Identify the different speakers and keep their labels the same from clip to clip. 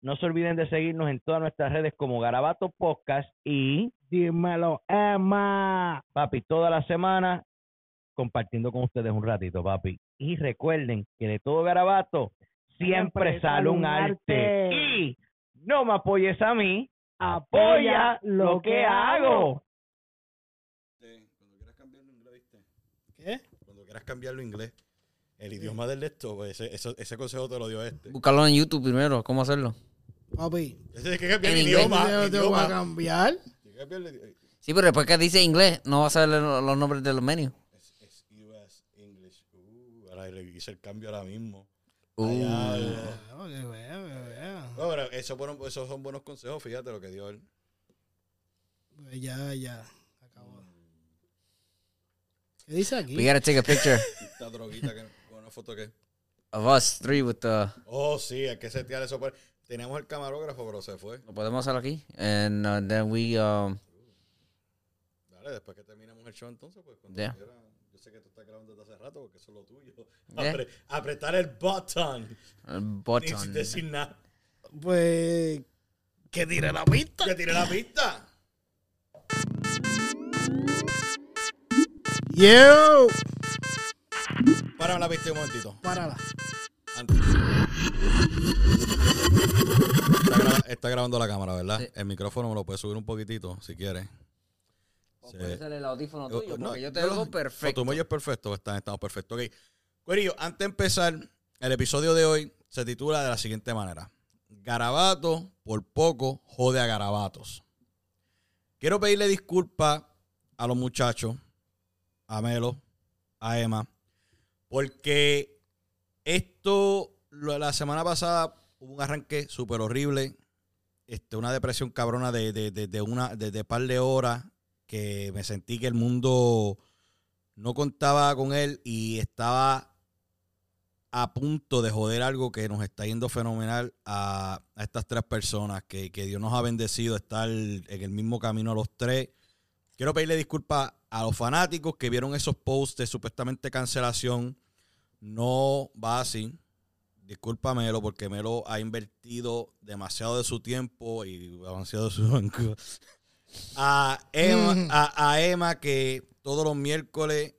Speaker 1: no se olviden de seguirnos en todas nuestras redes como Garabato Podcast y,
Speaker 2: Dímelo, Emma.
Speaker 1: papi, toda la semana compartiendo con ustedes un ratito, papi. Y recuerden que de todo Garabato siempre,
Speaker 2: Siempre
Speaker 1: sale un arte.
Speaker 2: arte.
Speaker 1: Y no me apoyes a mí, apoya lo que hago.
Speaker 3: Sí, cuando quieras cambiarlo a inglés, ¿viste?
Speaker 4: ¿Qué?
Speaker 3: Cuando quieras cambiarlo a inglés, el idioma del lector, pues, ese, eso- ese consejo te lo dio este.
Speaker 5: Buscarlo en YouTube primero, ¿cómo hacerlo?
Speaker 4: Papi,
Speaker 3: Ese es que cambiar
Speaker 5: En
Speaker 3: el
Speaker 5: inglés,
Speaker 3: idioma.
Speaker 4: yo te voy a
Speaker 3: idioma.
Speaker 4: cambiar.
Speaker 3: Tienes que cambiarle- eh,
Speaker 5: Sí, pero después que dice inglés, no va a saber lo- los nombres de los menús.
Speaker 3: Es, es US English. Uh, ahora le hice el cambio ahora mismo.
Speaker 5: Uh.
Speaker 4: Ah,
Speaker 3: Allá.
Speaker 4: Claro, que vea, que vea.
Speaker 3: No, pero eso fueron- esos son buenos consejos, fíjate lo que dio él.
Speaker 4: Pues Ya, ya. Acabó. ¿Qué dice
Speaker 5: We
Speaker 4: aquí?
Speaker 5: gotta take a picture
Speaker 3: Esta droguita que, con una foto que.
Speaker 5: of us three with the...
Speaker 3: Oh, sí, hay que setear eso. por- Teníamos el camarógrafo, pero se fue.
Speaker 5: Lo podemos hacer aquí. And uh, then we... um,
Speaker 3: Dale, después que terminamos el show, entonces, pues cuando
Speaker 5: Yeah.
Speaker 3: quiera. Yo sé que tú estás grabando desde hace rato porque eso es lo tuyo.
Speaker 5: Yeah.
Speaker 3: Apre- apretar el button. Ni
Speaker 5: button.
Speaker 3: decir nada.
Speaker 4: Pues. Que tire la pista.
Speaker 3: Que tiré la pista.
Speaker 4: Yo.
Speaker 3: Para la pista un momentito.
Speaker 4: Párala.
Speaker 3: Antes. Está, gra- está grabando la cámara, ¿verdad?
Speaker 5: Sí.
Speaker 3: El micrófono me lo puedes subir un poquitito si quieres.
Speaker 5: O
Speaker 3: Sí.
Speaker 5: puede ser el
Speaker 4: Oh,
Speaker 5: audífono
Speaker 3: O-
Speaker 5: tuyo,
Speaker 3: o- Eh, no,
Speaker 5: porque yo te
Speaker 3: no,
Speaker 5: oigo
Speaker 3: no,
Speaker 5: perfecto.
Speaker 3: tú me oyes perfecto, está, estamos perfecto. Ok. Corillo, antes de empezar, el episodio de hoy se titula de la siguiente manera: Garabato por poco jode a garabatos. Quiero pedirle disculpas a los muchachos, a Melo, a Emma, porque esto, lo- la semana pasada hubo un arranque súper horrible, este, una depresión cabrona de, de, de- de una, de, de par de horas, que me sentí que el mundo no contaba con él y estaba a punto de joder algo que nos está yendo fenomenal a, a estas tres personas, que, que Dios nos ha bendecido estar en el mismo camino a los tres. Quiero pedirle disculpas a los fanáticos que vieron esos posts de supuestamente cancelación. No va así. Disculpa Melo porque Melo ha invertido demasiado de su tiempo y demasiado de su banco a Emma,
Speaker 4: Mm.
Speaker 3: a, a Emma que todos los miércoles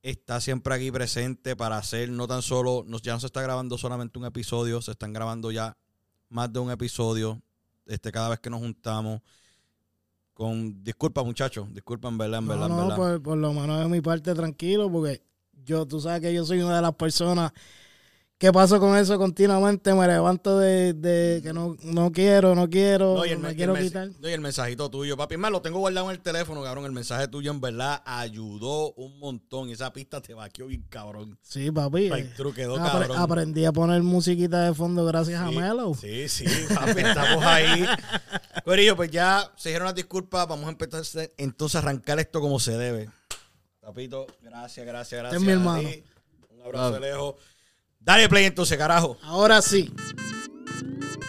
Speaker 3: está siempre aquí presente para hacer no tan solo, no- ya no se está grabando solamente un episodio, se están grabando ya más de un episodio este, cada vez que nos juntamos. Con, disculpa muchachos, disculpa en verdad, en
Speaker 4: No,
Speaker 3: verdad, en
Speaker 4: no, pues,
Speaker 3: verdad.
Speaker 4: por, por lo menos de mi parte, tranquilo, porque yo, tú sabes que yo soy una de las personas que paso con eso continuamente. Me levanto de, de que no, no quiero, no quiero,
Speaker 3: No, y el,
Speaker 4: me
Speaker 3: me-
Speaker 4: quiero
Speaker 3: el mes-
Speaker 4: quitar.
Speaker 3: no, y el mensajito tuyo, papi. Es Más, lo tengo guardado en el teléfono, cabrón. El mensaje tuyo, en verdad, ayudó un montón. Y esa pista te vaqueó bien, cabrón.
Speaker 4: Sí, papi.
Speaker 3: Like,
Speaker 4: eh,
Speaker 3: true, quedó
Speaker 4: apre-
Speaker 3: cabrón.
Speaker 4: aprendí a poner musiquita de fondo gracias a
Speaker 3: Sí,
Speaker 4: Melo.
Speaker 3: Sí, sí, papi, estamos ahí. Corillo, pues ya se dijeron las disculpas. Vamos a empezar entonces a arrancar esto como se debe. Papito, gracias, gracias, gracias.
Speaker 4: mi
Speaker 3: a
Speaker 4: hermano.
Speaker 3: ti. Un abrazo de lejos. Dale play entonces, carajo.
Speaker 4: Ahora sí.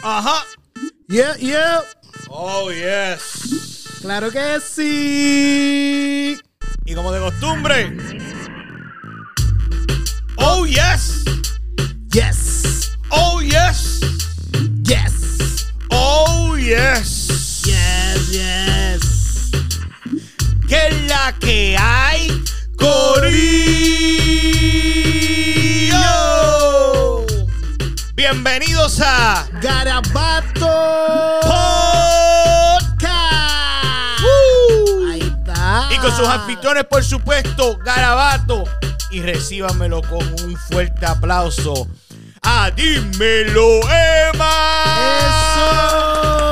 Speaker 3: Ajá.
Speaker 4: Yeah, yeah.
Speaker 3: Oh, yes.
Speaker 4: Claro que sí.
Speaker 3: Y como de costumbre. Oh, yes.
Speaker 4: Yes.
Speaker 3: Oh, yes.
Speaker 4: Yes.
Speaker 3: Oh, yes.
Speaker 4: Yes, yes.
Speaker 3: Que es la que hay, Corillo. Bienvenidos a
Speaker 4: Garabato.
Speaker 3: Podcast.
Speaker 4: Ahí está.
Speaker 3: Y con sus anfitriones, por supuesto, Garabato. Y recíbamelo con un fuerte aplauso. ¡A dímelo, Ah, Emma! Oh,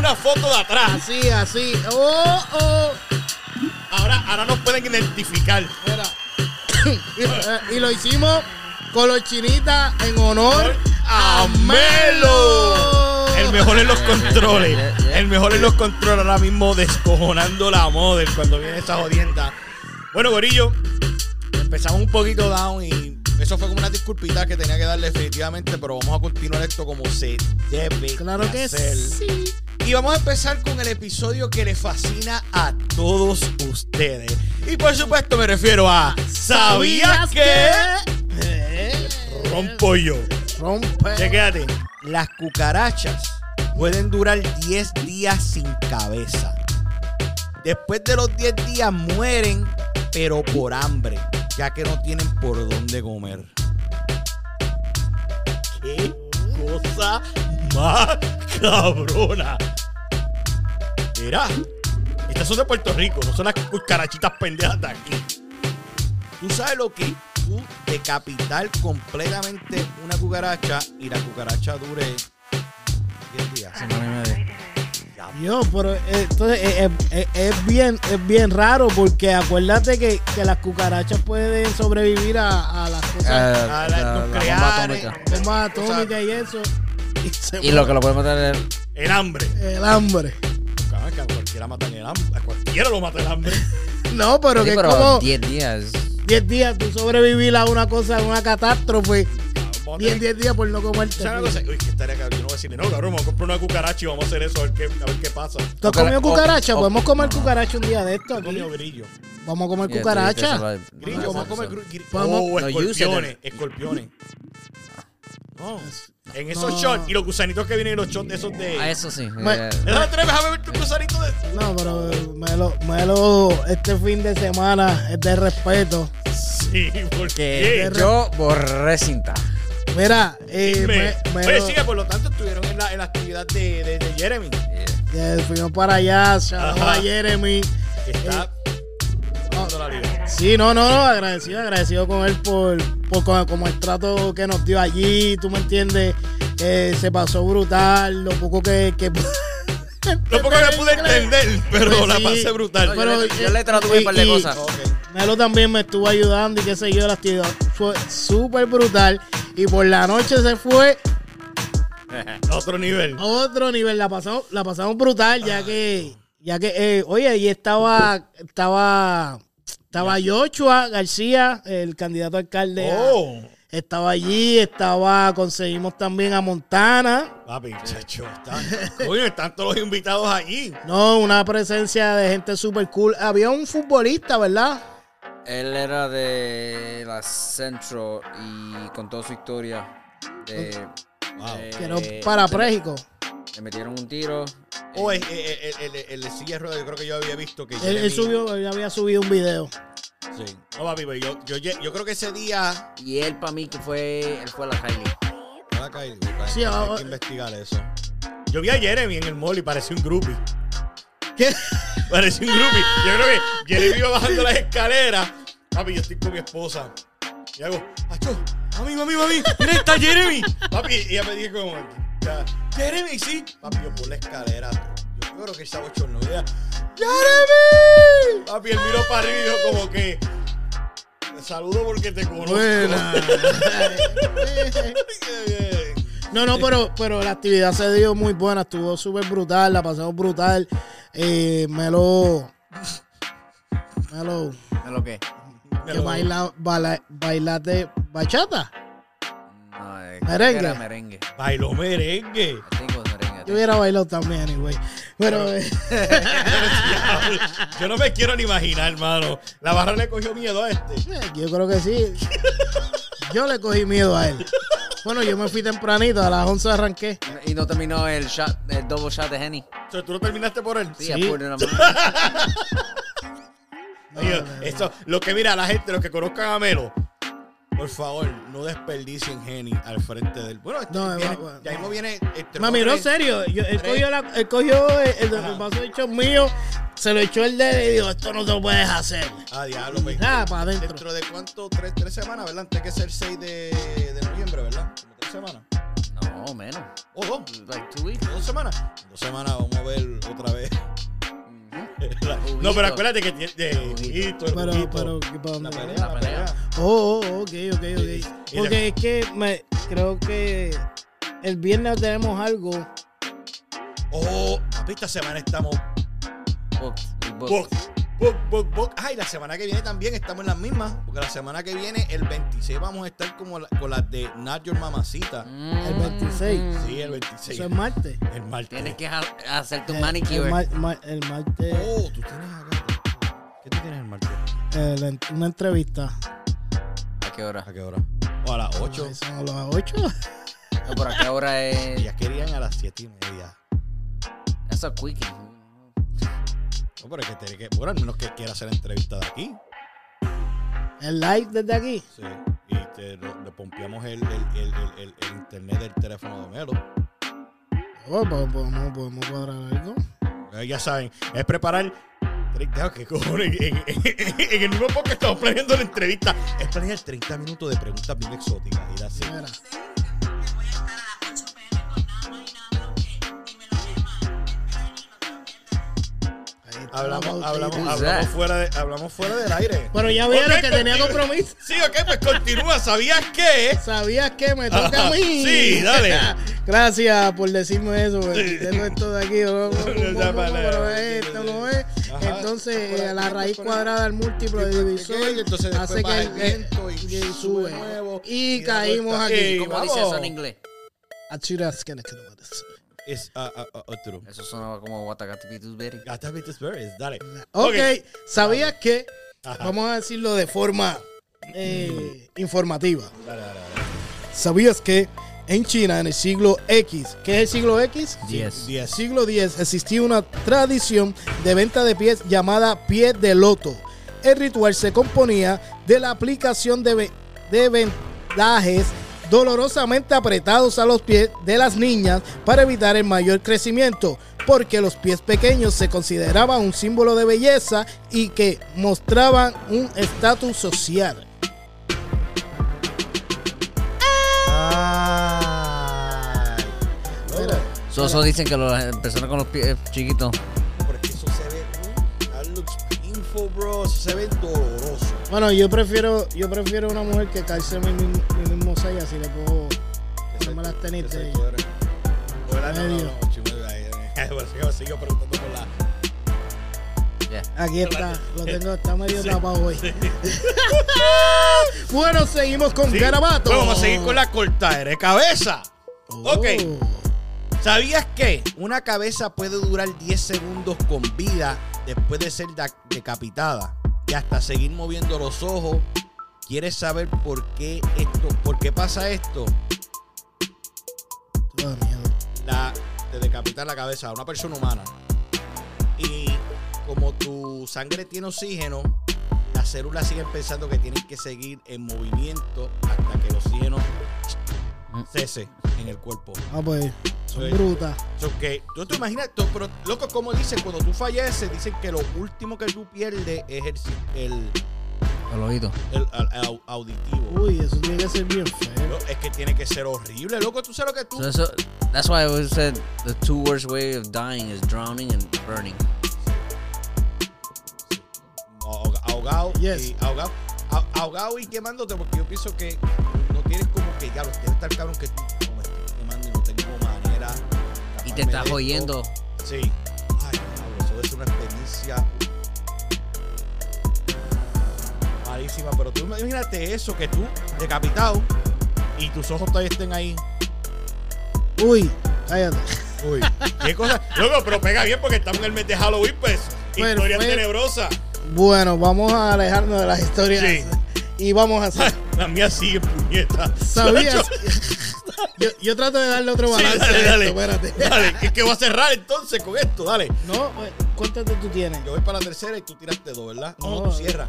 Speaker 3: la foto de atrás.
Speaker 4: Así, así. Oh, oh.
Speaker 3: Ahora, ahora nos pueden identificar.
Speaker 4: Mira. y lo hicimos con los chinitas en honor a Melo.
Speaker 3: El mejor en los controles. El mejor en los controles ahora mismo descojonando la model cuando viene esa jodienda. Bueno, Gorillo, empezamos un poquito down y eso fue como una disculpita que tenía que darle definitivamente, pero vamos a continuar esto como se debe.
Speaker 4: Claro que
Speaker 3: hacer.
Speaker 4: sí.
Speaker 3: Y vamos a empezar con el episodio que le fascina a todos ustedes. Y por supuesto me refiero a ¿Sabías que?
Speaker 4: Eh,
Speaker 3: Rompo yo.
Speaker 4: Rompe.
Speaker 3: Chequéate. Las cucarachas pueden durar 10 días sin cabeza. Después de los 10 días mueren, pero por hambre, ya que no tienen por dónde comer. ¡Qué cosa más cabrona! Mira, estas son de Puerto Rico, no son las cucarachitas pendejas de aquí. ¿Tú sabes lo que? Tú decapitar completamente una cucaracha y la cucaracha dure 10 días.
Speaker 5: Semana y media.
Speaker 4: Yo, pero eh, entonces eh, eh, eh, es, bien, es bien raro porque acuérdate que, que las cucarachas pueden sobrevivir a, a las cosas
Speaker 5: Eh,
Speaker 3: Ah,
Speaker 5: la-
Speaker 3: las
Speaker 5: la bomba
Speaker 3: nucleares.
Speaker 5: atómica.
Speaker 4: bombas
Speaker 3: o sea,
Speaker 4: atómicas y eso. Y, se
Speaker 5: Y lo que lo puede matar es el-
Speaker 3: El hambre.
Speaker 4: muere el hambre.
Speaker 3: Cabrón, que a cualquiera matan el hambre. A cualquiera lo mata el hambre.
Speaker 4: No, pero
Speaker 5: Sí,
Speaker 4: que es
Speaker 5: pero
Speaker 4: como
Speaker 5: 10 días.
Speaker 4: 10 días tú sobrevivir a una cosa, a una catástrofe.
Speaker 3: Vamos a
Speaker 4: 10
Speaker 3: tener-
Speaker 4: 10 días por no comerte.
Speaker 3: ¿Sabes una cosa? Uy, que estaría cabrón. Yo no voy a decirle, no, cabrón, vamos a comprar una cucaracha y vamos a hacer eso, a ver qué, a ver qué pasa.
Speaker 4: ¿Tú has comido
Speaker 5: Cucara-
Speaker 4: cucaracha?
Speaker 5: o-
Speaker 4: Podemos
Speaker 5: o-
Speaker 4: comer
Speaker 5: no, no.
Speaker 4: cucaracha un día de esto
Speaker 3: Yo
Speaker 4: aquí.
Speaker 3: comí grillo.
Speaker 4: Vamos a comer
Speaker 5: Y el-
Speaker 4: cucaracha.
Speaker 5: y el-
Speaker 3: Grillo,
Speaker 5: no,
Speaker 3: vamos a
Speaker 5: eso-
Speaker 3: comer
Speaker 5: eso-
Speaker 3: gr- gr-
Speaker 4: Vamos-
Speaker 3: Oh,
Speaker 5: No,
Speaker 3: escorpiones,
Speaker 5: use
Speaker 3: escorpiones. No, en
Speaker 4: No.
Speaker 3: esos shorts y los gusanitos que vienen en los shorts de esos de.
Speaker 5: Ah, eso sí.
Speaker 4: Me-
Speaker 5: eh,
Speaker 3: ¿No te atreves a ver tu gusanito de.?
Speaker 4: No, pero Melo, Melo, este fin de semana es de respeto.
Speaker 3: Sí,
Speaker 5: Que
Speaker 3: porque.
Speaker 5: yo borré cinta.
Speaker 4: Mira, eh,
Speaker 3: Dime.
Speaker 4: me- Melo,
Speaker 3: Oye, sí, que por lo tanto estuvieron en la, en la actividad de, de, de Jeremy.
Speaker 5: Eh,
Speaker 4: eh, fuimos para allá, shout out
Speaker 3: Ajá.
Speaker 4: a Jeremy.
Speaker 3: Que está. dando la liga.
Speaker 4: Sí, no, no, no, agradecido, agradecido con él por, por co- como el trato que nos dio allí, tú me entiendes, Eh, se pasó brutal, lo poco que... que Ah.
Speaker 3: Lo poco que pude entender, pero
Speaker 4: Pues
Speaker 3: la
Speaker 4: sí.
Speaker 3: pasé brutal.
Speaker 5: yo le- yo le traduje
Speaker 4: y-
Speaker 5: un par de
Speaker 4: y
Speaker 5: cosas.
Speaker 3: Ok.
Speaker 4: Melo también me estuvo ayudando y qué sé yo, la actividad fue súper brutal y por la noche se fue
Speaker 3: A otro nivel.
Speaker 4: a otro nivel, la pasamos, la pasamos brutal ya que, ya que, eh, oye, ahí estaba, estaba, estaba Joshua García, el candidato a alcalde. a-
Speaker 3: Oh,
Speaker 4: Estaba allí, estaba, conseguimos también a Montana.
Speaker 3: Oh, papi, chacho, están, coño, están todos los invitados allí.
Speaker 4: No, una presencia de gente super cool. Había un futbolista, ¿verdad?
Speaker 5: Él era de la Centro y contó su historia. De,
Speaker 3: Wow.
Speaker 5: eh,
Speaker 4: Que era un parapléjico.
Speaker 5: Le metieron un tiro. eh,
Speaker 3: Oh, el, el, el, el- el de silla de ruedas, yo creo que yo había visto que
Speaker 4: Eh, Él, él
Speaker 3: Jeremy-
Speaker 4: subió, él había subido un video.
Speaker 3: Sí. No, papi, pero yo, yo, yo creo que ese día.
Speaker 5: Y él para mí que fue, él fue a la Kylie.
Speaker 3: Ah, Kylie, ok,
Speaker 4: Sí,
Speaker 3: hay
Speaker 4: ahora-
Speaker 3: que investigar eso. Yo vi a Jeremy en el mall y parecía un groupie.
Speaker 4: ¿Qué?
Speaker 3: Parecía un groupie. Yo creo que Jeremy iba bajando las escaleras. Papi, yo estoy con mi esposa. Y hago, ¡Acho! ¡Mami, mami, mami! ¡Mira, está Jeremy! Papi, y ella me dijo como, ya, ¡Jeremy, sí! Papi, yo por la escalera. Yo creo que estaba bochorno. y ella, ¡Jeremy! Papi, él miró para arriba y dijo como que, te saludo porque te conozco. Qué bien.
Speaker 4: No, no, pero, pero la actividad se dio muy buena, estuvo súper brutal, la pasamos brutal. Eh, Melo. Melo.
Speaker 5: ¿De lo que?
Speaker 4: Que baila, baila- bailaste bachata.
Speaker 5: No, eh,
Speaker 4: Merengue.
Speaker 5: Era merengue.
Speaker 3: Bailó merengue.
Speaker 5: I think it was merengue.
Speaker 4: Yo hubiera bailado también, anyway. Pero. eh,
Speaker 3: Yo no me quiero ni imaginar, hermano. La barra le cogió miedo a este.
Speaker 4: Eh, Yo creo que sí. Yo le cogí miedo a él. Bueno, yo me fui tempranito, a las 11 arranqué.
Speaker 5: Y no terminó el shot, el double shot de Henny.
Speaker 3: O sea, tú no terminaste por él.
Speaker 5: Sí,
Speaker 4: Sí.
Speaker 5: I put it on my-
Speaker 3: Oye, eso, lo que mira, la gente, los que conozcan a Melo, por favor, no desperdicien Henny al frente del. Bueno, este
Speaker 4: No,
Speaker 3: viene-
Speaker 4: va- va-
Speaker 3: ya mismo viene. Este,
Speaker 4: Mami, no,
Speaker 3: tres.
Speaker 4: serio. Yo, él
Speaker 3: Tres.
Speaker 4: cogió, la, él cogió el, el- el
Speaker 3: Ajá.
Speaker 4: vaso hecho mío, se lo echó el dedo y dijo, esto no te lo puedes hacer.
Speaker 3: Ah, diablo, pues.
Speaker 4: Ah, para adentro.
Speaker 3: Dentro de cuánto? Tres, tres semanas, ¿verdad? Antes que sea el 6 de, de noviembre, ¿verdad? Como tres semanas.
Speaker 5: No, No, menos.
Speaker 3: Oh, dos,
Speaker 5: Like two weeks.
Speaker 3: dos semanas. Dos semanas vamos a ver otra vez.
Speaker 5: Ujú.
Speaker 3: No, pero acuérdate que tiene el juguito, el
Speaker 4: Pero,
Speaker 3: juguito,
Speaker 4: pero, ¿qué-
Speaker 3: la
Speaker 4: ¿para dónde?
Speaker 3: pelea,
Speaker 5: La
Speaker 3: la
Speaker 5: pelea.
Speaker 3: pelea.
Speaker 4: Oh, oh, ok, ok,
Speaker 3: Y-
Speaker 4: ok.
Speaker 3: y
Speaker 4: Porque es que me, creo que el viernes tenemos algo.
Speaker 3: Oh, papi, esta semana estamos
Speaker 5: Booked, booked.
Speaker 3: book, book, book, book. Ay, la semana que viene también estamos en las mismas. Porque la semana que viene, el 26, vamos a estar como la- con las de Not Your Mamacita.
Speaker 4: El 26.
Speaker 5: Mm.
Speaker 3: Sí, el 26.
Speaker 4: Eso es martes.
Speaker 3: El martes.
Speaker 5: Tienes que ha- hacer tu
Speaker 4: Eh,
Speaker 5: manicure.
Speaker 4: El, mar- mar- el martes,
Speaker 3: Oh, tú tienes acá. ¿Qué tú tienes el martes?
Speaker 4: eh, la en- una entrevista.
Speaker 5: ¿A qué hora?
Speaker 3: ¿A qué hora? O a las 8.
Speaker 4: Ay, Son a las 8.
Speaker 5: No, pero ¿a qué hora es?
Speaker 3: Ellas querían a las 7 y media.
Speaker 5: Eso es quickie.
Speaker 3: No, pero es que tiene que. Bueno, al menos que quiera hacer la entrevista de aquí.
Speaker 4: El live desde aquí.
Speaker 3: Sí. Y te, lo- le pompeamos el, el, el, el, el- el internet del teléfono de Melo.
Speaker 4: Oh, pues, podemos, podemos cuadrar algo.
Speaker 3: Eh, Ya saben, es preparar. Claro, que cojones. En, en- en el mismo podcast estamos planeando la entrevista. Es planear 30 minutos de preguntas bien exóticas. Y así.
Speaker 4: Mira, ahí está la
Speaker 3: Hablamos,
Speaker 4: pautita.
Speaker 3: hablamos,
Speaker 5: Who's
Speaker 3: hablamos,
Speaker 5: that?
Speaker 3: fuera de, hablamos fuera del aire.
Speaker 4: Pero ya vieron
Speaker 3: Ok,
Speaker 4: que tenía
Speaker 3: continúa.
Speaker 4: compromiso.
Speaker 3: Sí, ok, pues continúa. ¿Sabías qué?
Speaker 4: ¿Sabías que me toca
Speaker 3: Ajá,
Speaker 4: a mí?
Speaker 3: sí, dale.
Speaker 4: Gracias por decirme eso.
Speaker 3: Sí.
Speaker 4: porque Tengo esto de aquí. no, no, no,
Speaker 3: Ya,
Speaker 4: no,
Speaker 3: vale.
Speaker 4: pero esto no es.
Speaker 3: Ajá.
Speaker 4: Entonces,
Speaker 3: Por
Speaker 4: eh, la
Speaker 3: aquí,
Speaker 4: raíz
Speaker 3: por
Speaker 4: cuadrada del múltiplo de divisor
Speaker 3: pequeño, entonces después
Speaker 4: hace que
Speaker 3: baja el
Speaker 4: el,
Speaker 3: viento y
Speaker 4: y
Speaker 3: sube
Speaker 4: sube.
Speaker 3: nuevo,
Speaker 4: Y,
Speaker 3: y da
Speaker 4: caímos
Speaker 3: vuelta.
Speaker 4: aquí.
Speaker 3: Ey.
Speaker 5: ¿Cómo dice
Speaker 3: vamos.
Speaker 5: eso en inglés?
Speaker 4: Achuras que no queremos decir.
Speaker 3: Es a, a, a- otro.
Speaker 5: Eso sonaba como Watacatipitusberry.
Speaker 3: Hasta Beatles Berries, dale.
Speaker 4: Ok,
Speaker 3: Ok.
Speaker 4: ¿sabías que?
Speaker 3: Ajá. Mm.
Speaker 4: Vamos a decirlo de forma eh, informativa.
Speaker 3: Dale, dale, dale.
Speaker 4: ¿Sabías que en China, en el siglo X, ¿qué es el siglo X?
Speaker 5: Yes.
Speaker 4: el
Speaker 3: 10.
Speaker 4: siglo X existía una tradición de venta de pies llamada pie de loto. El ritual se componía de la aplicación de, ve- de vendajes dolorosamente apretados a los pies de las niñas para evitar el mayor crecimiento, porque los pies pequeños se consideraban un símbolo de belleza y que mostraban un estatus social.
Speaker 3: Ay.
Speaker 4: Mira,
Speaker 5: So, so dicen que las personas con los pies chiquitos.
Speaker 3: Porque eso se ve. mm, That looks painful, bro. Eso se ve doloroso.
Speaker 4: Bueno, yo prefiero, yo prefiero una mujer que calce mi, mi- mi mismo sello, así le puedo ponerme las tenis de ella.
Speaker 3: Hola, no, no,
Speaker 4: Medio.
Speaker 3: no, chimuelo, ahí, ahí. Por eso yo sigo preguntando por la.
Speaker 5: Yeah.
Speaker 4: Aquí está, lo tengo, está medio tapado hoy. bueno, seguimos con
Speaker 3: Sí.
Speaker 4: Garabato. Oh,
Speaker 3: Bueno, vamos a seguir con la cortadera de cabeza. Ok. ¿Sabías que una cabeza puede durar 10 segundos con vida después de ser da- decapitada? Y hasta seguir moviendo los ojos. ¿Quieres saber por qué esto, por qué pasa esto?
Speaker 4: Toda mierda.
Speaker 3: La, te decapitan la cabeza a una persona humana. Y como tu sangre tiene oxígeno, las células siguen pensando que tienen que seguir en movimiento hasta que el oxígeno cese en el cuerpo.
Speaker 4: Ah, pues, son
Speaker 3: Sí.
Speaker 4: brutas.
Speaker 3: So que, tú te imaginas, tú- pero loco, como dicen, cuando tú falleces, dicen que lo último que tú pierdes es el, si- el,
Speaker 5: El oído.
Speaker 3: el- al- au- auditivo.
Speaker 4: Uy, eso tiene que ser bien feo.
Speaker 3: No, es que tiene que ser horrible, loco, tú sabes lo que tú.
Speaker 5: So, eso- that's why I always said the two worst way of dying is drowning and burning.
Speaker 3: ahoga- Ahogado,
Speaker 4: Yes.
Speaker 3: y ahogado, ah- ahogado y quemándote, porque yo pienso que no tienes como que, ya, debe estar cabrón que tú no, me estoy quemando y no tengo manera. de
Speaker 5: Y
Speaker 3: escaparme
Speaker 5: te estás
Speaker 3: de esto.
Speaker 5: oyendo.
Speaker 3: Sí. Ay, cabrón, eso debe ser una experiencia malísima. Pero tú imagínate eso, que tú, decapitado, y tus ojos todavía estén ahí.
Speaker 4: Uy, cállate.
Speaker 3: Uy, qué cosa. Loco, pero pega bien porque estamos en el mes de Halloween, pues.
Speaker 4: Pero
Speaker 3: Historia
Speaker 4: fue-
Speaker 3: tenebrosa.
Speaker 4: Bueno, vamos a alejarnos de las historias.
Speaker 3: Sí.
Speaker 4: Y vamos a hacer.
Speaker 3: La mía sigue, puñeta.
Speaker 4: ¿Sabías? yo, yo trato de darle otro
Speaker 3: Sí,
Speaker 4: balance.
Speaker 3: dale,
Speaker 4: a esto,
Speaker 3: dale.
Speaker 4: Espérate.
Speaker 3: Dale, ¿qué, qué voy a cerrar entonces con esto? Dale.
Speaker 4: No, eh, ¿cuántas tú tienes?
Speaker 3: Yo voy para la tercera y tú tiraste dos, ¿verdad? No,
Speaker 4: No,
Speaker 3: tú cierras.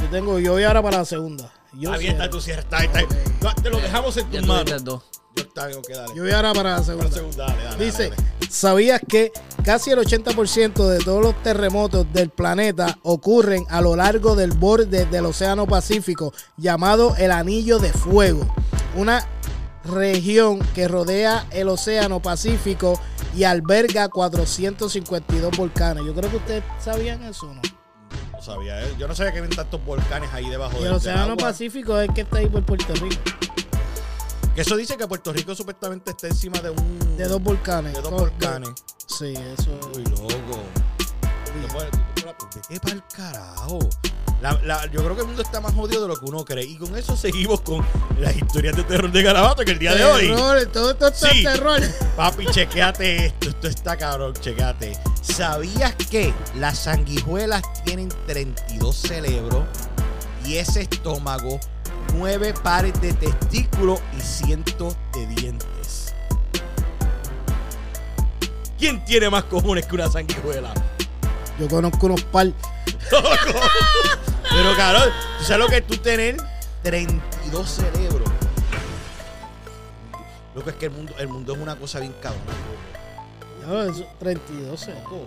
Speaker 4: Yo tengo, yo voy ahora para la segunda. Yo,
Speaker 3: Avienta
Speaker 4: cierro.
Speaker 3: tu cierra. Está, ahí, está ahí.
Speaker 4: Ok.
Speaker 3: Te lo dejamos en
Speaker 5: Ya
Speaker 3: tus
Speaker 5: tú
Speaker 3: manos.
Speaker 5: dices dos.
Speaker 3: Yo está bien, ok, dale.
Speaker 4: yo voy ahora para la
Speaker 3: Para
Speaker 4: segunda.
Speaker 3: la segunda, dale, dale,
Speaker 4: Dice,
Speaker 3: dale,
Speaker 4: ¿sabías que casi el 80% de todos los terremotos del planeta ocurren a lo largo del borde del Océano Pacífico, llamado el Anillo de Fuego? Una región que rodea el Océano Pacífico y alberga 452 volcanes. Yo creo que ustedes sabían eso, ¿no?
Speaker 3: No sabía, eh. yo no sabía que había tantos volcanes ahí debajo
Speaker 4: Y
Speaker 3: del-
Speaker 4: el
Speaker 3: del
Speaker 4: Océano
Speaker 3: agua.
Speaker 4: Pacífico es el que está ahí por Puerto Rico.
Speaker 3: Que eso dice que Puerto Rico supuestamente está encima de un.
Speaker 4: De dos volcanes.
Speaker 3: de dos
Speaker 4: Con-
Speaker 3: volcanes.
Speaker 4: Sí, eso.
Speaker 3: Uy, loco. Te puedes- tú te la- Vete para el carajo. La- la- yo creo que el mundo está más jodido de lo que uno cree. Y con eso seguimos con las historias de terror de Garabato que el día de hoy.
Speaker 4: Terror, todo esto está
Speaker 3: Sí.
Speaker 4: terror.
Speaker 3: Papi, chequeate esto. Esto está cabrón, chequeate. ¿Sabías que las sanguijuelas tienen 32 cerebros, 10 estómagos, 9 pares de testículos y cientos de dientes? ¿Quién tiene más cojones que una sanguijuela?
Speaker 4: Yo conozco unos par.
Speaker 3: Pero cabrón, tú sabes lo que es tú tener 32 cerebros. Lo que es que el mundo, el mundo es una cosa bien cabrón.
Speaker 4: Ya, eso, 32. eh.
Speaker 3: loco.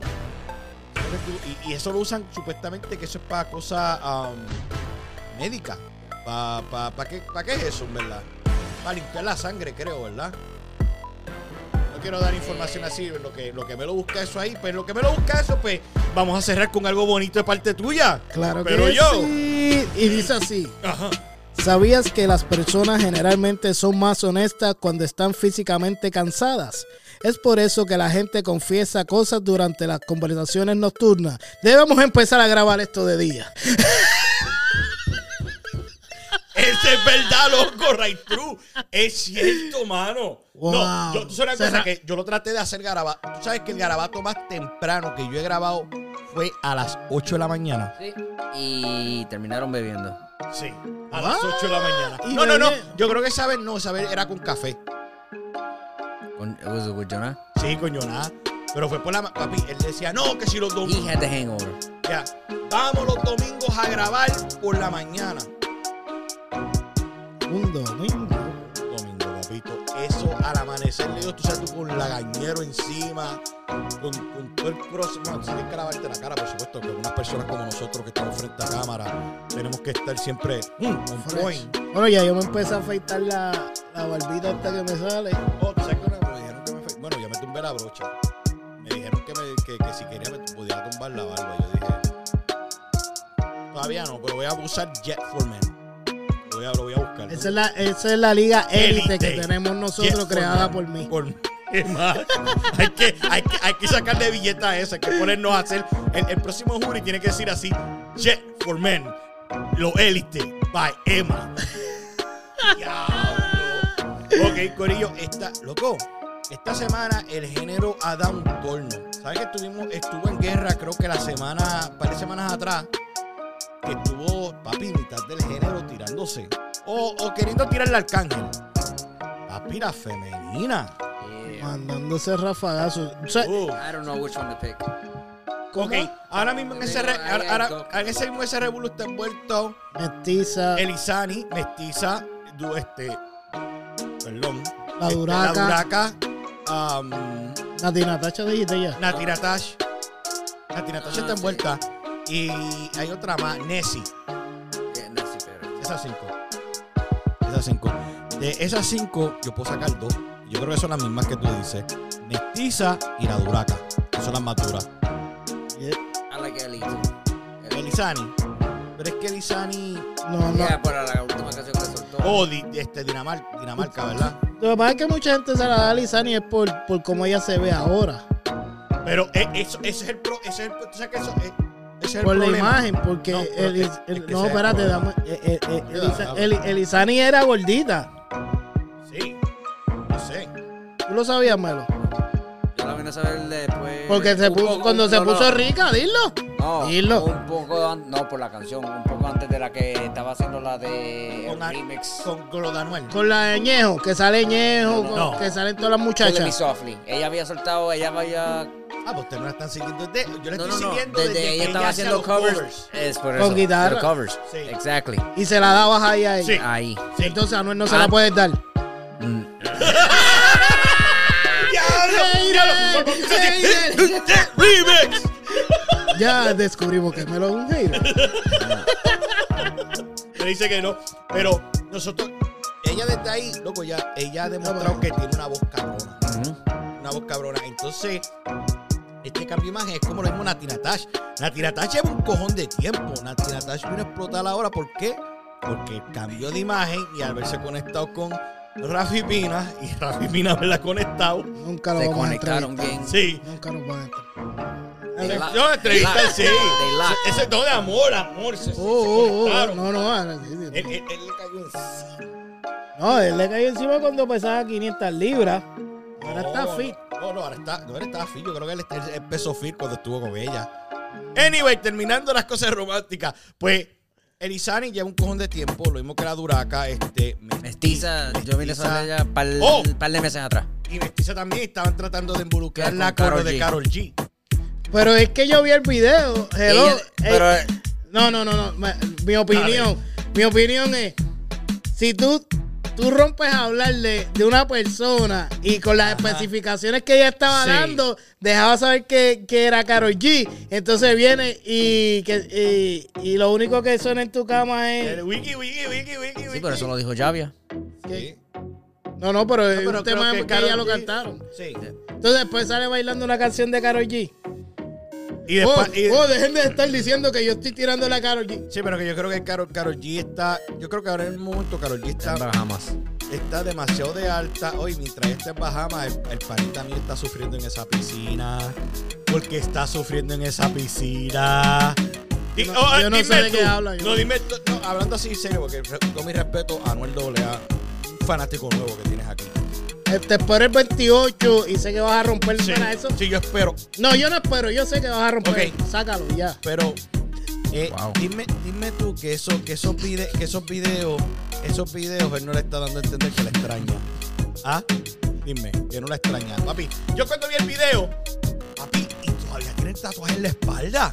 Speaker 3: Y, y eso lo usan supuestamente que eso es para cosas am, médicas. ¿Para pa, pa qué, pa qué es eso, en verdad? Para limpiar la sangre, creo, ¿verdad? No quiero dar información así. Lo que, lo que me lo busca eso ahí, pues lo que me lo busca eso, pues vamos a cerrar con algo bonito de parte tuya.
Speaker 4: Claro
Speaker 3: Pero
Speaker 4: que
Speaker 3: yo.
Speaker 4: sí. Y dice así.
Speaker 3: Ajá.
Speaker 4: ¿Sabías que las personas generalmente son más honestas cuando están físicamente cansadas? Es por eso que la gente confiesa cosas durante las conversaciones nocturnas. Debemos empezar a grabar esto de día.
Speaker 3: Ese es verdad, loco, right true. Es cierto, mano.
Speaker 4: Wow.
Speaker 3: No, yo, tú sabes una cosa
Speaker 4: Será-
Speaker 3: que yo lo traté de hacer garabato. Tú sabes que el garabato más temprano que yo he grabado fue a las 8 de la mañana.
Speaker 5: Sí. Y terminaron bebiendo.
Speaker 3: Sí, a las 8 de la mañana.
Speaker 4: Y
Speaker 3: No, no, no.
Speaker 4: bebé.
Speaker 3: Yo creo que esa vez no, esa vez era con café.
Speaker 5: Con, it was with Jonah.
Speaker 3: Sí, coño, nada. Pero fue por la ma- papi. Él decía, no, que si los
Speaker 5: He
Speaker 3: domingos.
Speaker 5: had the hangover.
Speaker 3: Ya, vamos los domingos a grabar por la mañana.
Speaker 4: Un domingo.
Speaker 3: Domingo, papito. Eso al amanecer, le digo, tú sabes, tú con lagañero encima, con, con todo el próximo. Bueno, tú tienes que lavarte la cara, por supuesto, que unas personas como nosotros que estamos frente a cámara, tenemos que estar siempre mm, on
Speaker 4: Fresh.
Speaker 3: point.
Speaker 4: Bueno, ya yo me empecé a afeitar la, la barbita hasta que me sale.
Speaker 3: Oh, ¿tú sabes que una vez me dijeron que me fe- Bueno, ya me tumbé la brocha. Me dijeron que, me- que- que si quería me podía tumbar la barba. Yo dije, todavía no, pero voy a usar Jet for Men. Lo voy a, lo voy a buscar.
Speaker 4: Esa es la, esa es la liga élite que
Speaker 3: Élite.
Speaker 4: tenemos
Speaker 3: Yes,
Speaker 4: nosotros
Speaker 3: for
Speaker 4: creada
Speaker 3: man.
Speaker 4: por mí.
Speaker 3: Por mí. Es más, hay que, hay que, hay que sacarle billetes a eso, hay que ponernos a hacer. El, el próximo jury tiene que decir así: Jet for Men, lo élite, by Emma. Diablo. Ok, Corillo, esta, loco, esta semana el género ha dado un torno. ¿Sabes que estuvimos, estuvo en guerra, creo que la semana, un par de semanas atrás, que estuvo, papi, mitad del género tirándose. O, o queriendo tirarle al cángel. Papi, la femenina.
Speaker 5: Yeah.
Speaker 4: Mandándose rafagazos. O sea,
Speaker 3: Uh.
Speaker 5: I don't know which one to pick.
Speaker 4: ¿cómo?
Speaker 3: Ok, ahora mismo en ese, re- ahora, ahora- en ese mismo ese revuelo está envuelto
Speaker 4: Mestiza,
Speaker 3: Elizani, mestiza, du- este, perdón,
Speaker 4: la
Speaker 3: este,
Speaker 4: duraca,
Speaker 3: la duraca, am,
Speaker 4: Nati Natacha dijiste ya.
Speaker 3: Nati Natash, Nati Natash está
Speaker 5: Ah, sí.
Speaker 3: envuelta y hay otra más, Nessie,
Speaker 5: Yeah, Nancy Perez.
Speaker 3: esas cinco, esas cinco. De esas cinco yo puedo sacar dos, yo creo que son las mismas que tú dices, mestiza y la duraca, que son las más duras.
Speaker 5: I like Ellie too. Ellie.
Speaker 3: Elizani, pero es que Elizani...
Speaker 4: No, no.
Speaker 5: Yeah, para la última canción que soltó.
Speaker 3: Oh, di- este, Dinamarca, Dinamarca, ¿verdad?
Speaker 4: Lo que pasa es que mucha gente se la da a Lizani es por, por cómo ella se ve ahora.
Speaker 3: Pero eh, eso, ese es el pro, ese es el, tú sabes que eso, eh, ese es
Speaker 4: por
Speaker 3: el
Speaker 4: la
Speaker 3: problema.
Speaker 4: imagen, porque
Speaker 3: No,
Speaker 4: el-
Speaker 3: pero
Speaker 4: el-
Speaker 3: es- es que
Speaker 4: no,
Speaker 3: sea
Speaker 4: espérate,
Speaker 3: el
Speaker 4: dame. eh, eh, eh,
Speaker 3: Ya,
Speaker 4: Eliza-
Speaker 3: habla.
Speaker 4: Eli- Elizani era gordita.
Speaker 3: Sí, no sé.
Speaker 4: Tú lo sabías, Melo.
Speaker 5: Yo la vine a saber después.
Speaker 4: Porque se
Speaker 5: un
Speaker 4: puso,
Speaker 5: poco-
Speaker 4: cuando se
Speaker 5: no, no.
Speaker 4: puso rica, dilo.
Speaker 5: No,
Speaker 4: Dilo.
Speaker 5: un poco an- no por la canción, un poco antes de la que estaba haciendo la de el
Speaker 3: Con, a-
Speaker 5: remix.
Speaker 3: con Glodanuel.
Speaker 4: Con la de Ñejo, que sale Ñejo,
Speaker 5: No,
Speaker 4: con-
Speaker 3: no.
Speaker 4: que salen todas
Speaker 5: Killing
Speaker 4: las
Speaker 5: Me
Speaker 4: muchachas.
Speaker 5: Softly. Ella había soltado, ella había
Speaker 3: Ah, pues ustedes me la están siguiendo desde, yo la
Speaker 5: no,
Speaker 3: estoy
Speaker 5: no, no.
Speaker 3: siguiendo
Speaker 5: Desde
Speaker 3: desde, que
Speaker 5: ella
Speaker 3: hacía
Speaker 5: estaba haciendo
Speaker 3: los
Speaker 5: covers. Es por
Speaker 4: Con
Speaker 5: eso,
Speaker 4: guitarra.
Speaker 5: pero Covers.
Speaker 3: Sí.
Speaker 5: Exactly.
Speaker 4: Y se la dabas ahí a ella.
Speaker 3: Sí.
Speaker 5: Ahí.
Speaker 3: Sí.
Speaker 4: Entonces a Noel no se
Speaker 5: Ah.
Speaker 4: la puedes dar.
Speaker 5: Mm.
Speaker 3: ¡Diablo! ¡Diablo! Por- por- ¡Remix!
Speaker 4: Ya descubrimos que Melo es un hater.
Speaker 3: Me dice que no, pero nosotros eh, ella desde ahí, loco, ya, ella ha demostrado que tiene una voz cabrona. Una voz cabrona. Entonces, este cambio de imagen es como lo mismo Nati Natash. Nati Natash lleva un cojón de tiempo. Nati Natash vino a explotar ahora. ¿Por qué? Porque cambió de imagen y al haberse conectado con Rafi Pina y Rafi Pina haberla conectado.
Speaker 4: Nunca lo
Speaker 5: Se
Speaker 4: vamos a entrevistar.
Speaker 5: conectaron bien.
Speaker 3: Sí.
Speaker 4: Nunca nos van a entrevistar.
Speaker 5: They la-
Speaker 3: Yo entrevista, sí.
Speaker 5: they la-
Speaker 3: Ese- Ese es todo de amor, amor. Se, se- se
Speaker 4: Oh, oh, oh,
Speaker 3: conectaron.
Speaker 4: no, no, ah, sí, sí,
Speaker 3: Él, él- él le cayó encima.
Speaker 4: no, él le cayó encima cuando pesaba 500 libras. Ahora está
Speaker 3: No,
Speaker 4: fit.
Speaker 3: No, no, ahora está, no, ahora está fit. Yo creo que él, está- él empezó fit cuando estuvo con ella. Anyway, terminando las cosas románticas, pues Elizani lleva un cojón de tiempo, lo mismo que la Duraca, este. mestiz-
Speaker 5: Mestiza, yo vine a
Speaker 3: mestiza.
Speaker 5: saber ella par,
Speaker 3: Oh.
Speaker 5: par de meses atrás.
Speaker 3: Y Mestiza también estaban tratando de involucrarla
Speaker 5: Con
Speaker 3: con lo
Speaker 5: Karol
Speaker 3: de
Speaker 5: G.
Speaker 3: Carol G.
Speaker 4: Pero es que yo vi el video. hello,
Speaker 5: Ella-
Speaker 4: eh,
Speaker 5: pero eh,
Speaker 4: no, no, no, no. ma- Mi opinión, mi opinión es, si tú, tú rompes a hablarle de una persona y con las especificaciones que ella estaba
Speaker 3: Sí.
Speaker 4: dando, dejaba saber que, que era Karol G. Entonces viene y, que, y, y lo único que suena en tu cama es...
Speaker 3: El wiki, wiki, wiki, wiki.
Speaker 5: sí, pero eso lo dijo Javia.
Speaker 3: Sí.
Speaker 4: No, no, pero es
Speaker 3: No, pero creo
Speaker 4: un tema que,
Speaker 3: Karol
Speaker 4: ya lo
Speaker 3: G-
Speaker 4: cantaron.
Speaker 3: Sí.
Speaker 4: Entonces después sale bailando una canción de Karol G.
Speaker 3: Y después.
Speaker 4: oh,
Speaker 3: y-
Speaker 4: oh, dejen de estar diciendo que yo estoy tirando la Karol G.
Speaker 3: Sí, pero que yo creo que Carol, Karol G está. Yo creo que ahora en el momento Carol G está.
Speaker 5: Sandra jamás.
Speaker 3: está demasiado de alta. Hoy, mientras ella está en Bahamas, el, el país también está sufriendo en esa piscina. Porque está sufriendo en esa piscina. Di-
Speaker 4: No, yo no sé
Speaker 3: dime
Speaker 4: de
Speaker 3: tú.
Speaker 4: qué habla yo.
Speaker 3: No, dime tú. No, hablando así serio, porque re- con mi respeto a Anuel AA, un fanático nuevo que tienes aquí.
Speaker 4: Este, espero el 28 y sé que vas a romper
Speaker 3: Sí,
Speaker 4: para eso.
Speaker 3: sí, yo espero.
Speaker 4: No, yo no espero, yo sé que vas a romper.
Speaker 3: Ok.
Speaker 4: Sácalo ya.
Speaker 3: Pero eh,
Speaker 5: Wow.
Speaker 3: dime, dime tú que, eso, que, esos vide- que esos videos, esos videos, él no le está dando a entender que la extraña. ¿Ah? Dime, que no la extraña. Papi, yo cuando vi el video, papi, y todavía tiene el tatuaje en la espalda.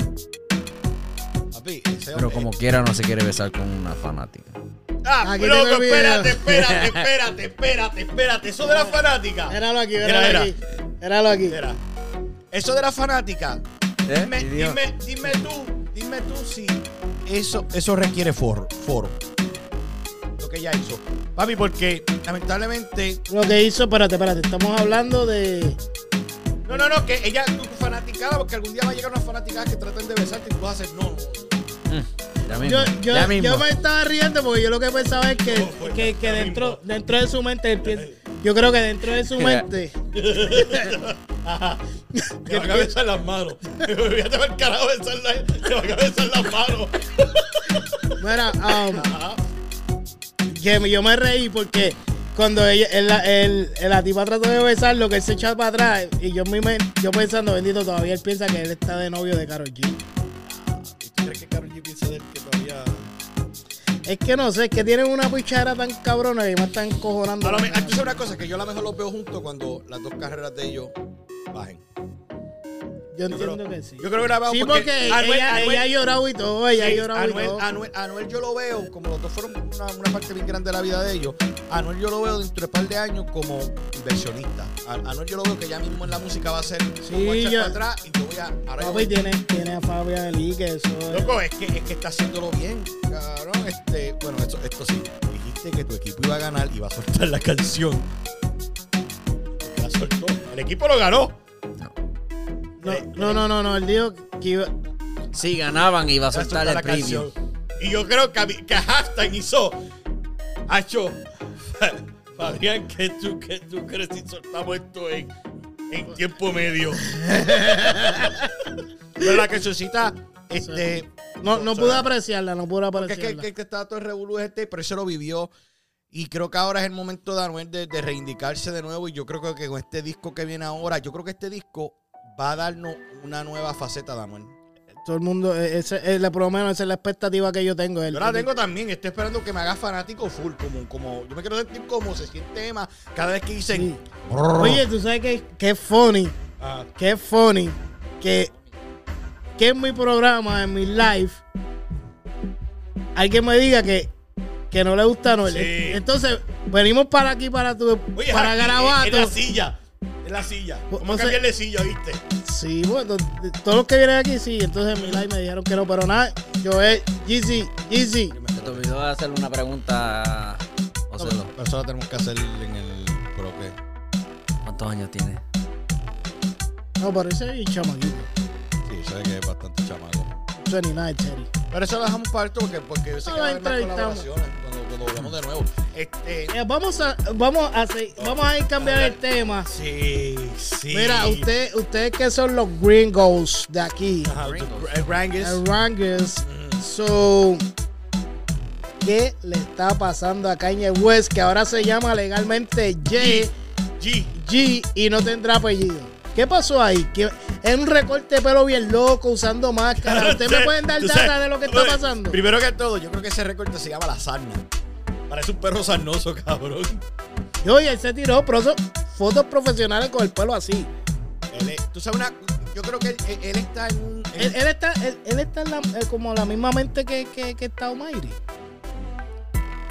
Speaker 3: Papi, ese
Speaker 5: Pero
Speaker 3: hombre-
Speaker 5: como quiera no se quiere besar con una fanática.
Speaker 3: Ah,
Speaker 4: Aquí
Speaker 3: loco,
Speaker 4: tengo el
Speaker 3: espérate,
Speaker 4: video.
Speaker 3: espérate, espérate, espérate, espérate. Eso de la fanática.
Speaker 4: Éralo aquí,
Speaker 3: Mira,
Speaker 4: éralo
Speaker 3: mira.
Speaker 4: aquí. Éralo aquí.
Speaker 3: Mira, eso de la fanática,
Speaker 5: ¿Eh?
Speaker 3: Dime,
Speaker 5: Y dijo,
Speaker 3: dime, dime tú, dime tú si eso, eso requiere foro, foro. Lo que ella hizo. Papi, porque lamentablemente.
Speaker 4: Lo que hizo, espérate, espérate. Estamos hablando de.
Speaker 3: No, no, no, que ella tu fanaticada, porque algún día va a llegar una fanaticada que traten de besarte y tú vas a hacer no.
Speaker 5: Ya mismo.
Speaker 4: Yo, yo,
Speaker 5: ya mismo.
Speaker 4: yo me estaba riendo porque yo lo que pensaba es que,
Speaker 3: No, pues,
Speaker 4: que, que
Speaker 3: ya
Speaker 4: dentro,
Speaker 3: mismo.
Speaker 4: dentro de su mente. él piensa- Yo creo que dentro de su mente.
Speaker 3: Te van a besar las manos. Te va a carajo besar las, te van a besar las manos.
Speaker 4: Mira, um, que me- yo me reí porque cuando ella, el- el- el- la tipa trató de besarlo, que él se echó para atrás. Y yo, en mi men- yo pensando, bendito, todavía él piensa que él está de novio de Karol G.
Speaker 3: ¿Y tú crees que Karol G piensa de él que todavía.?
Speaker 4: Es que no sé, es que tienen una pichara tan cabrona y me están cojonando.
Speaker 3: A lo me- ah, tú sabes una cosa, que yo a lo mejor los veo juntos cuando las dos carreras de ellos bajen.
Speaker 4: Yo
Speaker 3: Yo creo-
Speaker 4: entiendo que sí.
Speaker 3: Yo creo que la veo
Speaker 4: Sí, porque
Speaker 3: Anuel-
Speaker 4: ella,
Speaker 3: Anuel-
Speaker 4: ella ha llorado y todo, ella ha
Speaker 3: Sí,
Speaker 4: llorado y
Speaker 3: Anuel,
Speaker 4: todo.
Speaker 3: Anuel- Anuel yo lo veo, como los dos fueron una, una parte bien grande de la vida de ellos, Anuel yo lo veo dentro de un par de años como inversionista. A- Anuel yo lo veo que ya mismo en la música va a ser
Speaker 4: Sí,
Speaker 3: voy a echar
Speaker 4: yo-
Speaker 3: para atrás y yo voy a... Ahora yo
Speaker 4: Papi,
Speaker 3: voy-
Speaker 4: tiene, tiene a Fabián Elí, que eso es-
Speaker 3: Loco, es que, es que está haciéndolo bien, cabrón. Este, bueno, esto, esto sí, dijiste que tu equipo iba a ganar y va a soltar la canción. La soltó. El equipo lo ganó.
Speaker 4: No, no, no, no, no, él dijo que iba...
Speaker 5: Si ganaban iba a
Speaker 3: Va a
Speaker 5: soltar el
Speaker 3: la
Speaker 5: preview.
Speaker 3: canción. Y yo creo que, a mí- que hashtag hizo. Hacho, Fabián, ¿qué tú, qué tú crees si soltamos esto en, en tiempo medio? Pero la cancioncita, este.
Speaker 4: No, no pude apreciarla, no pude
Speaker 3: Porque es que,
Speaker 4: apreciarla.
Speaker 3: que- que estaba todo el revolú este, pero eso lo vivió. Y creo que ahora es el momento de Anuel de, de reivindicarse de nuevo. Y yo creo que con este disco que viene ahora, yo creo que este disco va a darnos una nueva faceta de Anuel.
Speaker 4: Todo el mundo, eh, ese, eh, la- por lo menos esa es la expectativa que yo tengo. él.
Speaker 3: Yo la tengo también, estoy esperando que me haga fanático full, como, como yo me quiero sentir como se siente Emma cada vez que dicen
Speaker 4: Sí. Oye, tú sabes que, que es funny,
Speaker 3: ah,
Speaker 4: que es funny, que, que en mi programa, en mi live, alguien me diga que, que no le gusta Noel.
Speaker 3: Sí.
Speaker 4: Entonces, venimos para aquí, para tu,
Speaker 3: oye,
Speaker 4: para
Speaker 3: aquí,
Speaker 4: Garabato.
Speaker 3: en en la silla, en la silla.
Speaker 4: O-
Speaker 3: Vamos
Speaker 4: o
Speaker 3: a
Speaker 4: sea-
Speaker 3: cambiarle silla, ¿viste?
Speaker 4: Sí, bueno, de- todos los que vienen aquí, sí. Entonces en mi live me dijeron que no, pero nada, yo es Yeezy, Yeezy.
Speaker 5: Se te olvidó hacerle una pregunta a Vamos
Speaker 3: No,
Speaker 5: a hacerlo.
Speaker 3: pero eso lo tenemos que hacer en el. ¿Pero qué?
Speaker 5: ¿Cuántos años tiene?
Speaker 4: No, pero ese es chamaquito.
Speaker 3: Sí, sabe que es bastante chamaco.
Speaker 4: Eso ni nada, Cherry.
Speaker 3: Pero eso lo dejamos para esto porque, porque se
Speaker 4: Ah,
Speaker 3: que va a haber más
Speaker 4: entrevistamos.
Speaker 3: colaboraciones cuando, cuando volvamos de nuevo. Este.
Speaker 4: Eh, vamos a, vamos a, se- vamos a ir cambiar el tema.
Speaker 3: Sí, sí.
Speaker 4: Mira, usted, ustedes que son los gringos de aquí,
Speaker 3: Ajá, the
Speaker 5: Gringos.
Speaker 3: gr- Grangus.
Speaker 4: Rangers.
Speaker 3: Mm.
Speaker 4: So, ¿qué le está pasando a Kanye West que ahora se llama legalmente J?
Speaker 3: G.
Speaker 4: G y no tendrá apellido. ¿Qué pasó ahí? ¿Qué- Es un recorte de pelo bien loco, usando máscara. ¿Ustedes me pueden dar
Speaker 3: Tú sabes,
Speaker 4: data de lo que
Speaker 3: tú
Speaker 4: está
Speaker 3: sabes,
Speaker 4: pasando?
Speaker 3: Primero que todo, yo creo que ese recorte se llama la sarna. Parece un perro sarnoso, cabrón.
Speaker 4: Y oye, él se tiró pero eso- fotos profesionales con el pelo así.
Speaker 3: Él es- tú sabes una. Yo creo que él, él- él está en un. en-
Speaker 4: Él, él está, él, él está en la- eh, como la misma mente que, que, que está Omairi.